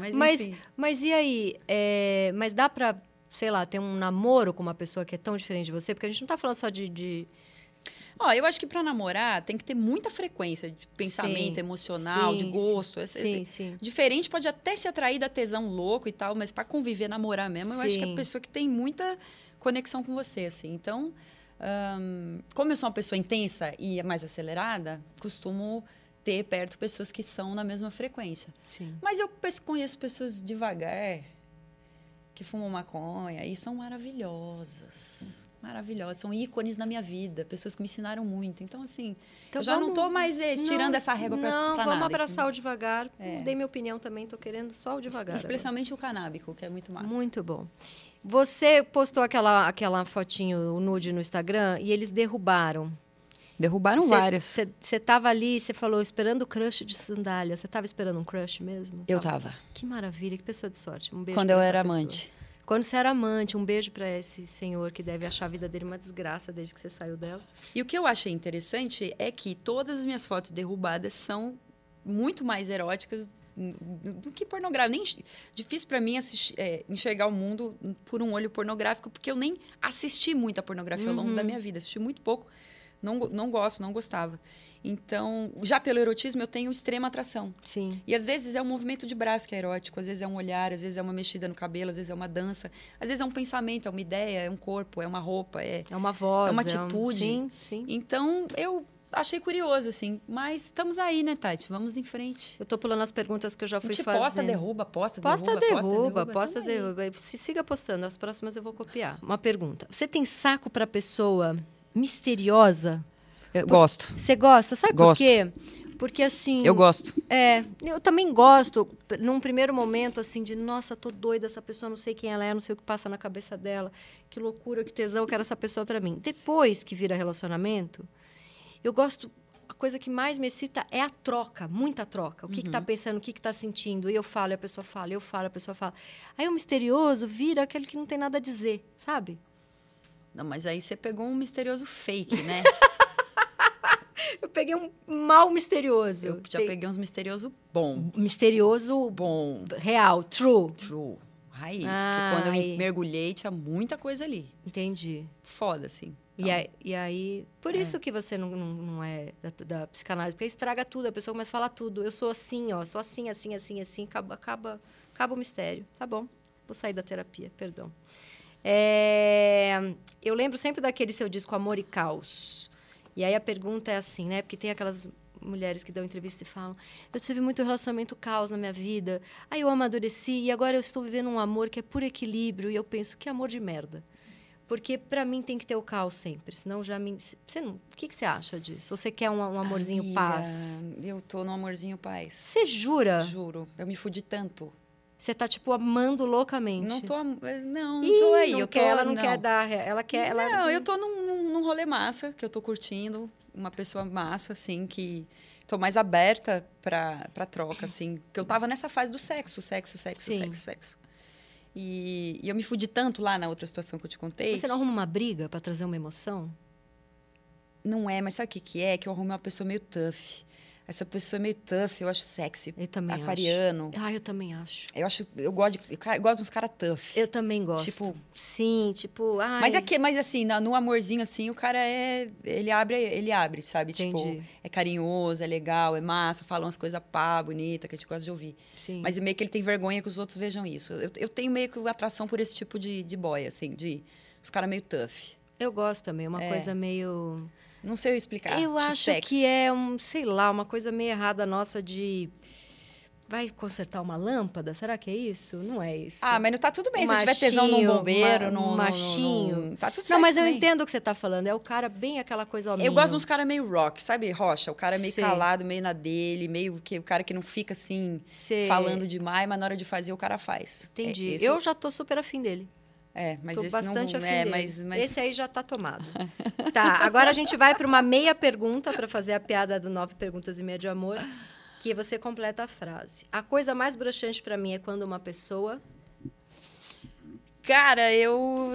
Mas,
Mas-
enfim.
mas e aí? É, mas dá pra, sei lá, ter um namoro com uma pessoa que é tão diferente de você? Porque a gente não tá falando só de. de-
Ó, eu acho que pra namorar tem que ter muita frequência de pensamento
Sim.
emocional,
Sim,
de
sim.
gosto. esse- esse-
sim, sim.
Diferente pode até se atrair da tesão louco e tal, mas para conviver, namorar mesmo, eu acho que é
Sim.
a pessoa que tem muita conexão com você, assim. Então, ahn, como eu sou uma pessoa intensa e é mais acelerada, costumo ter perto pessoas que são na mesma frequência.
sim.
Mas eu pes- conheço pessoas devagar, que fumam maconha e são maravilhosas. Maravilhosas, são ícones na minha vida, pessoas que me ensinaram muito. Então, assim,
Então
eu já não
vamos-
tô mais eh, tirando
Não,
essa régua pra,
Não,
pra
vamos
nada.
abraçar o devagar.
É.
Dei minha opinião também, tô querendo só o devagar. agora.
Especialmente o canábico, que é muito massa.
Muito bom. Você postou aquela, aquela fotinho o nude no Instagram e eles derrubaram.
Derrubaram vários.
Você tava ali, você falou, esperando o crush de sandália. Você tava esperando um crush mesmo?
Eu tava,
Que maravilha, que pessoa de sorte. Um beijo
quando
pra
eu
essa
era
pessoa.
amante.
Quando você era amante, um beijo para esse senhor que deve achar a vida dele uma desgraça desde que você saiu dela.
E o que eu achei interessante é que todas as minhas fotos derrubadas são muito mais eróticas do que pornográfico. Nem, difícil pra mim assisti- é, enxergar o mundo por um olho pornográfico, porque eu nem assisti muita pornografia ao
Uhum.
longo da minha vida. Assisti muito pouco. Não, go- não gosto, não gostava. Então, já pelo erotismo, eu tenho extrema atração.
Sim.
E às vezes é um movimento de braço que é erótico, às vezes é um olhar, às vezes é uma mexida no cabelo, às vezes é uma dança, às vezes é um pensamento, é uma ideia, é um corpo, é uma roupa, é
É uma voz.
É uma
um-
atitude.
Sim, sim.
então, eu achei curioso, assim. Mas estamos aí, né, Tati? Vamos em frente.
Eu tô pulando as perguntas que eu já
A
fui
gente
fazendo.
posta, derruba, posta,
Posta,
derruba, Então é
derruba, posta,
Tamo aí.
derruba. Se siga postando, as próximas eu vou copiar. Uma pergunta. Você tem saco pra pessoa misteriosa?
Eu gosto,
Você gosta? Sabe por
Gosto.
quê? Porque assim.
eu gosto.
É, eu também gosto, p- num primeiro momento, assim, de nossa, tô doida, essa pessoa, não sei quem ela é, não sei o que passa na cabeça dela, que loucura, que tesão, eu quero essa pessoa pra mim. Depois que vira relacionamento, eu gosto, a coisa que mais me excita é a troca, muita troca. O que que tá pensando, o que que tá sentindo, e eu falo, e a pessoa fala, eu falo, a pessoa fala. Aí o misterioso vira aquele que não tem nada a dizer, sabe?
Não, mas aí você pegou um misterioso fake, né?
Eu peguei um mal misterioso.
eu já
Tem-
peguei uns misterioso bom.
Misterioso
Bom,
real, true.
true, raiz.
Ah,
que quando eu
aí.
mergulhei, tinha muita coisa ali.
Entendi.
Foda, assim.
E, aí, e aí- por isso que você não, não, não é da, da psicanálise, porque estraga tudo, a pessoa começa a falar tudo. Eu sou assim, ó, sou assim, assim, assim, assim, acaba, acaba, acaba o mistério. Tá bom, vou sair da terapia, perdão. É, eu lembro sempre daquele seu disco Amor e Caos. E aí a pergunta é assim, né? Porque tem aquelas mulheres que dão entrevista e falam: Eu tive muito relacionamento caos na minha vida, aí eu amadureci e agora eu estou vivendo um amor que é por equilíbrio. E eu penso: Que amor de merda. Porque pra mim tem que ter o caos sempre, senão já me. Você não... O que, que você acha disso? Você quer um, um amorzinho
Amiga,
paz?
Eu tô no amorzinho paz.
Você jura?
Juro. Eu me fudi tanto.
Você tá, tipo, amando loucamente.
Não tô. am- eh, Não,
Ih,
não tô aí.
não
eu tô,
quer, ela não, quer dar. um re- Ela quer. Ela...
Não, eu tô num, num- num rolê massa, que eu tô curtindo. Uma pessoa massa, assim, que tô mais aberta pra, pra troca, assim. Que eu tava nessa fase do sexo, sexo, sexo,
Sim.
sexo, sexo. E, e eu me fudi tanto lá na outra situação que eu te contei.
Você não arruma uma briga pra trazer uma emoção?
Não é, mas sabe o que, que é? Que eu arrumei uma pessoa meio tough. Essa pessoa é meio tough, eu acho sexy.
Eu também
Aquariano.
acho. Ah, eu também acho.
Eu acho. Eu gosto, de, eu ca- eu gosto dos caras tough.
Eu também gosto.
Tipo-
Sim, tipo. Ai,
Mas, aqui, mas assim, na- no amorzinho, assim, o cara é. Ele abre, ele abre, sabe?
Entendi.
Tipo, é carinhoso, é legal, é massa, fala umas coisas pá, bonita, que a gente gosta de ouvir.
Sim.
Mas meio que ele tem vergonha que os outros vejam isso. Eu, eu tenho meio que atração por esse tipo de, de boy, assim, de. Os caras meio tough.
Eu gosto também, uma
É.
coisa meio.
Não sei eu explicar.
eu acho
sexy.
que é um, sei lá, uma coisa meio errada nossa de. Vai consertar uma lâmpada? Será que é isso? Não é isso.
Ah, mas não tá tudo bem.
Um
Se tiver tesão num
machinho,
bombeiro,
ma-
num. num- num-
machinho.
num- Tá tudo certo.
não, mas eu
também.
entendo o que você tá falando. É o cara bem aquela coisa hominho.
Eu gosto de uns caras meio rock, sabe? Rocha. O cara meio
Sei.
calado, meio na dele, meio que o cara que não fica assim.
Cê-
falando demais, mas na hora de fazer o cara faz.
É. Entendi.
É, esse-
Eu já tô super afim dele.
é, mas
Tô
esse
bastante
não,
afim
é,
dele.
mas, mas
Esse aí já tá tomado. tá, agora a gente vai para uma meia pergunta para fazer a piada do nove perguntas e meia de amor, que você completa a frase. A coisa mais broxante para mim é quando uma pessoa
cara, eu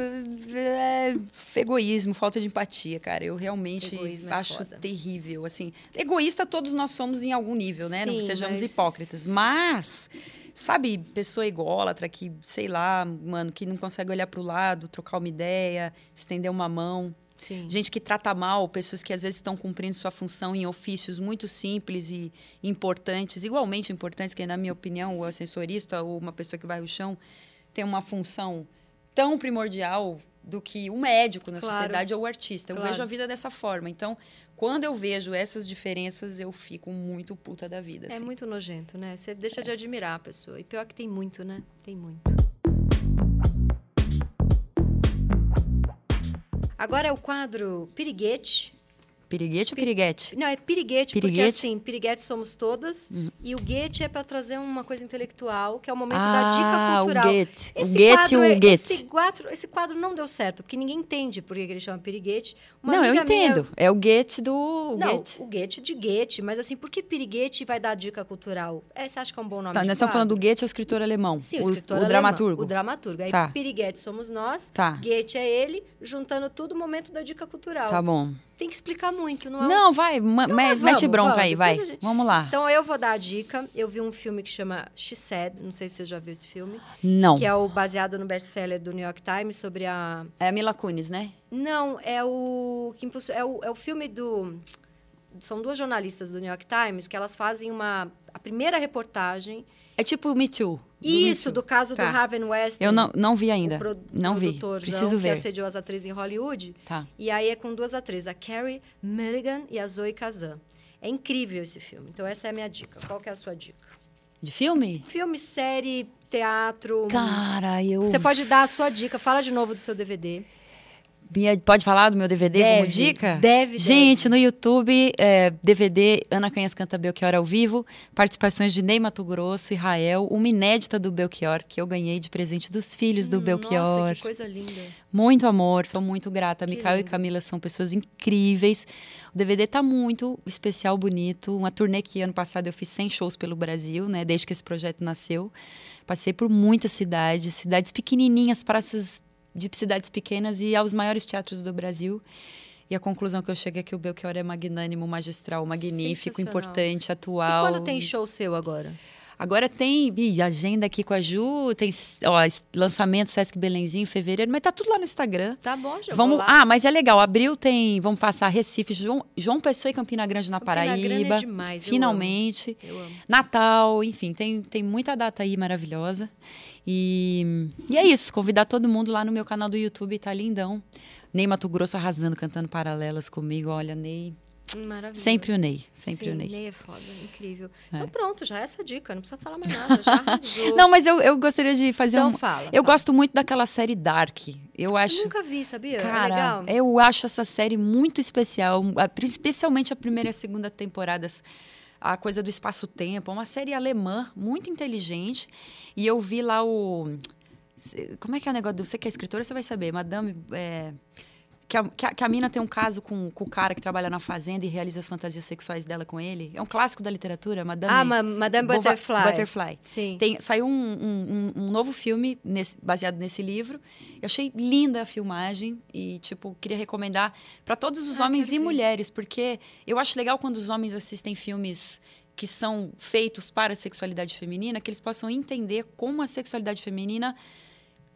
é, egoísmo, falta de empatia, cara. Eu realmente
Egoísmo é
acho
foda.
terrível, assim. Egoísta todos nós somos em algum nível, né? não
Sim,
sejamos
mas-
hipócritas, mas sabe, pessoa ególatra que, sei lá, mano, que não consegue olhar pro lado, trocar uma ideia, estender uma mão.
Sim.
Gente que trata mal, pessoas que às vezes estão cumprindo sua função em ofícios muito simples e importantes, igualmente importantes, que na minha opinião, o ascensorista ou uma pessoa que vai ao chão tem uma função tão primordial do que o médico na
Claro.
sociedade ou o artista. Eu
Claro.
vejo a vida dessa forma. Então, quando eu vejo essas diferenças, eu fico muito puta da vida.
é
assim.
muito nojento, né? Você deixa de admirar a pessoa. E pior que tem muito, né? Tem muito. Agora é o quadro Piriguete.
Piriguete ou piriguete?
Não, é piriguete, porque
Piriguete? Hum.
assim, piriguete somos todas. E o guete é para trazer uma coisa intelectual, que é o momento da dica
ah,
cultural.
o guete. O
Esse
guete e
quadro,
o
é-
guete.
Esse quadro, esse quadro não deu certo, porque ninguém entende por que que ele chama piriguete. Uma
Não, eu
amiga minha-
entendo. É o guete do... o
não,
guete.
o guete de guete, mas assim, por que piriguete vai dar dica cultural? É, você acha que é um bom nome
Tá,
de
nós estamos
quadro?
falando do Goethe, é o escritor alemão.
Sim, o, escritor alemão,
dramaturgo.
O dramaturgo. Aí
Tá.
piriguete somos nós,
Tá,
guete é ele, juntando tudo o momento da dica cultural.
tá bom.
Tem que explicar muito, não é um-
Não, vai, ma- me-
mas
mete
vamos,
bronca
vamos,
aí, vai.
depois a gente-
Vamos lá.
Então eu vou dar a dica. Eu vi um filme que chama She Said, não sei se você já viu esse filme,
não.
que é o baseado no best-seller do New York Times sobre a
É a Mila Kunis, né?
Não, é o que impulso- é o, é o filme do são duas jornalistas do New York Times que elas fazem uma a primeira reportagem
É tipo o Me Too. do Me
isso
Too.
do caso
Tá.
do Harvey Weinstein.
Eu não, não vi
o
ainda.
pro-
não vi.
produtorzão
Preciso
que
ver.
assediou as atrizes em Hollywood.
Tá.
E aí é com duas atrizes, a Carrie Mulligan e a Zoe Kazan. É incrível esse filme. Então essa é a minha dica. Qual que é a sua dica?
De filme?
Filme, série, teatro.
Cara, eu.
Você pode dar a sua dica. Fala de novo do seu DVD.
Minha- Pode falar do meu DVD como
Deve,
dica?
deve,
Gente, no YouTube, é, DVD Ana Canhas Canta Belchior ao vivo, participações de Ney Mato Grosso e Rael, uma inédita do Belchior que eu ganhei de presente dos filhos do Belchior.
Nossa, que coisa linda.
Muito amor, sou muito grata.
Que
Micael e
lindo.
Camila são pessoas incríveis. O DVD tá muito especial, bonito. Uma turnê que ano passado eu fiz 100 shows pelo Brasil, né? Desde que esse projeto nasceu. Passei por muitas cidades, cidades pequenininhas, praças de cidades pequenas e aos maiores teatros do Brasil. E a conclusão que eu chego é que o Belchior é magnânimo, magistral, magnífico,
Sensacional.
importante,
E
atual.
quando tem show seu agora?
Agora tem ih, agenda aqui com a Ju, tem ó, es- lançamento Sesc Belenzinho em fevereiro, mas tá tudo lá no Instagram.
Tá bom, já vou
Vamos,
lá.
ah, mas é legal. Abril tem. Vamos passar Recife, João, João Pessoa e Campina Grande na
Campina Grande é
Paraíba.
demais, eu
finalmente.
amo, eu amo.
Natal, enfim, tem, tem muita data aí maravilhosa. E, e é isso. Convidar todo mundo lá no meu canal do YouTube, tá lindão. Ney Mato Grosso arrasando, cantando paralelas comigo. Olha, Ney.
Hum, Maravilhoso.
Sempre o Ney. Sempre
Sim,
o Ney.
Ney é foda, incrível. Então pronto, já é essa dica, não precisa falar mais nada, já arrasou.
Não, mas eu, eu gostaria de fazer
então
um.
fala.
Eu
fala.
gosto muito daquela série Dark. Eu acho.
Eu nunca vi, sabia? é
Cara,
legal.
eu acho essa série muito especial, a- pri- especialmente a primeira e a segunda temporadas. A coisa do espaço-tempo, é uma série alemã muito inteligente. E eu vi lá o. se- Como é que é o negócio? do- Você que é escritora, você vai saber. Madame. é, que, a, que, a, que a mina tem um caso com, com o cara que trabalha na fazenda e realiza as fantasias sexuais dela com ele. É um clássico da literatura, Madame.
Ah, ma Madame
Bova-
Butterfly.
Butterfly.
Sim.
Tem- saiu um, um- um- um novo filme nesse- baseado nesse livro. Eu achei linda a filmagem e, tipo, queria recomendar para todos os
Ah,
homens
quero
e
ver.
mulheres, porque eu acho legal quando os homens assistem filmes que são feitos para a sexualidade feminina, que eles possam entender como a sexualidade feminina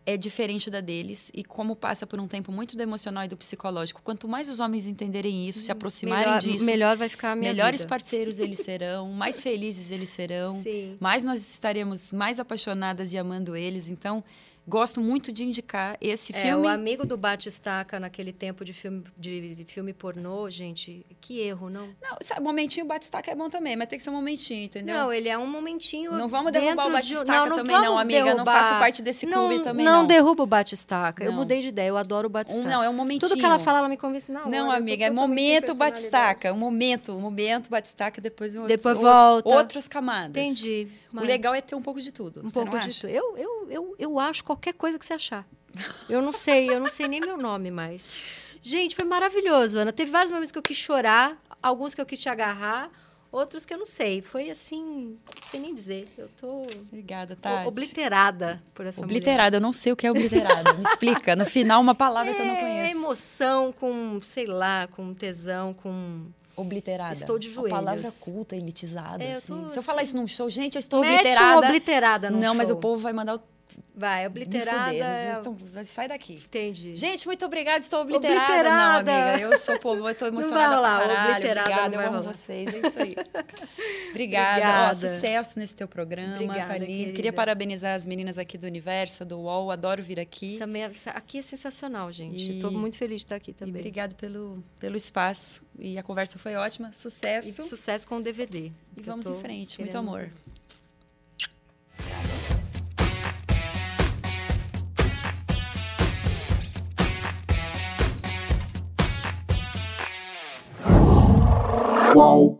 é diferente da deles e como passa por um tempo muito do emocional e do psicológico. Quanto mais os homens entenderem isso, se aproximarem
Hum, melhor,
disso,
melhor vai ficar a minha
melhores
vida.
parceiros eles serão, mais felizes eles serão
Sim.
mais nós estaremos mais apaixonadas e amando eles. Então, gosto muito de indicar esse
É,
filme.
o amigo do Batistaca naquele tempo de filme, de filme pornô, gente, que erro, não?
Não, sabe, momentinho batistaca é bom também, mas tem que ser um momentinho, entendeu?
Não, ele é um momentinho.
Não vamos derrubar
dentro
o
de um-
batistaca
não
também, não,
vamos
amiga. Não
derrubar.
faço parte desse clube também, não.
derruba o Batistaca. Eu
Não.
mudei de ideia, eu adoro o
Um-
Batistaca.
não, é um momentinho.
Tudo que ela fala, ela me convence na hora.
Não,
eu tô
amiga, é
totalmente
momento
sem personalidade.
batistaca. Um momento, um momento batistaca, depois outros,
Depois
ou-
volta.
outras camadas.
Entendi.
O legal é ter um pouco de tudo.
Um
você
pouco
não
de
acha?
tudo. Eu, eu, eu, eu acho qualquer coisa que você achar. Eu não sei, eu não sei nem meu nome mais. Gente, foi maravilhoso, Ana. Teve vários momentos que eu quis chorar, alguns que eu quis te agarrar, outros que eu não sei. Foi assim, não sei nem dizer. Eu tô
Obrigada, Tati.
obliterada por essa mulher.
Obliterada, eu não sei o que é obliterada. Me explica. No final, uma palavra que eu não
É
conheço.
emoção com, sei lá, com tesão, com.
Obliterada.
Estou de
Uma palavra
joelhos.
culta, elitizada.
É, eu
assim.
tô
Se eu falar
assim-
isso num show, gente, eu estou
Mete um
obliterada.
obliterada no
não, mas o
show.
povo vai mandar o.
Vai,
Me fuder,
obliterada. é
então, vai- sai daqui.
Entendi.
Gente, muito obrigada, estou obliterada.
Obliterada.
Não, amiga, eu sou povo, eu estou
vai
emocionada
rolar,
pra caralho.
obliterada
obrigada,
não vai
eu amo
rolar.
vocês, é isso aí. obrigada. Ó,
Obrigada.
sucesso nesse teu programa,
Obrigada,
tá lindo. Queria
querida.
parabenizar as meninas aqui do Universo, do UOL, adoro vir aqui.
Essa meia- essa- aqui é sensacional, gente.
E-
Estou muito feliz de estar aqui
E
também.
obrigado pelo, pelo espaço. E a conversa foi ótima. Sucesso.
E sucesso com o DVD. que
E
eu
vamos
tô
em frente. Muito
querendo
amor.
Qual?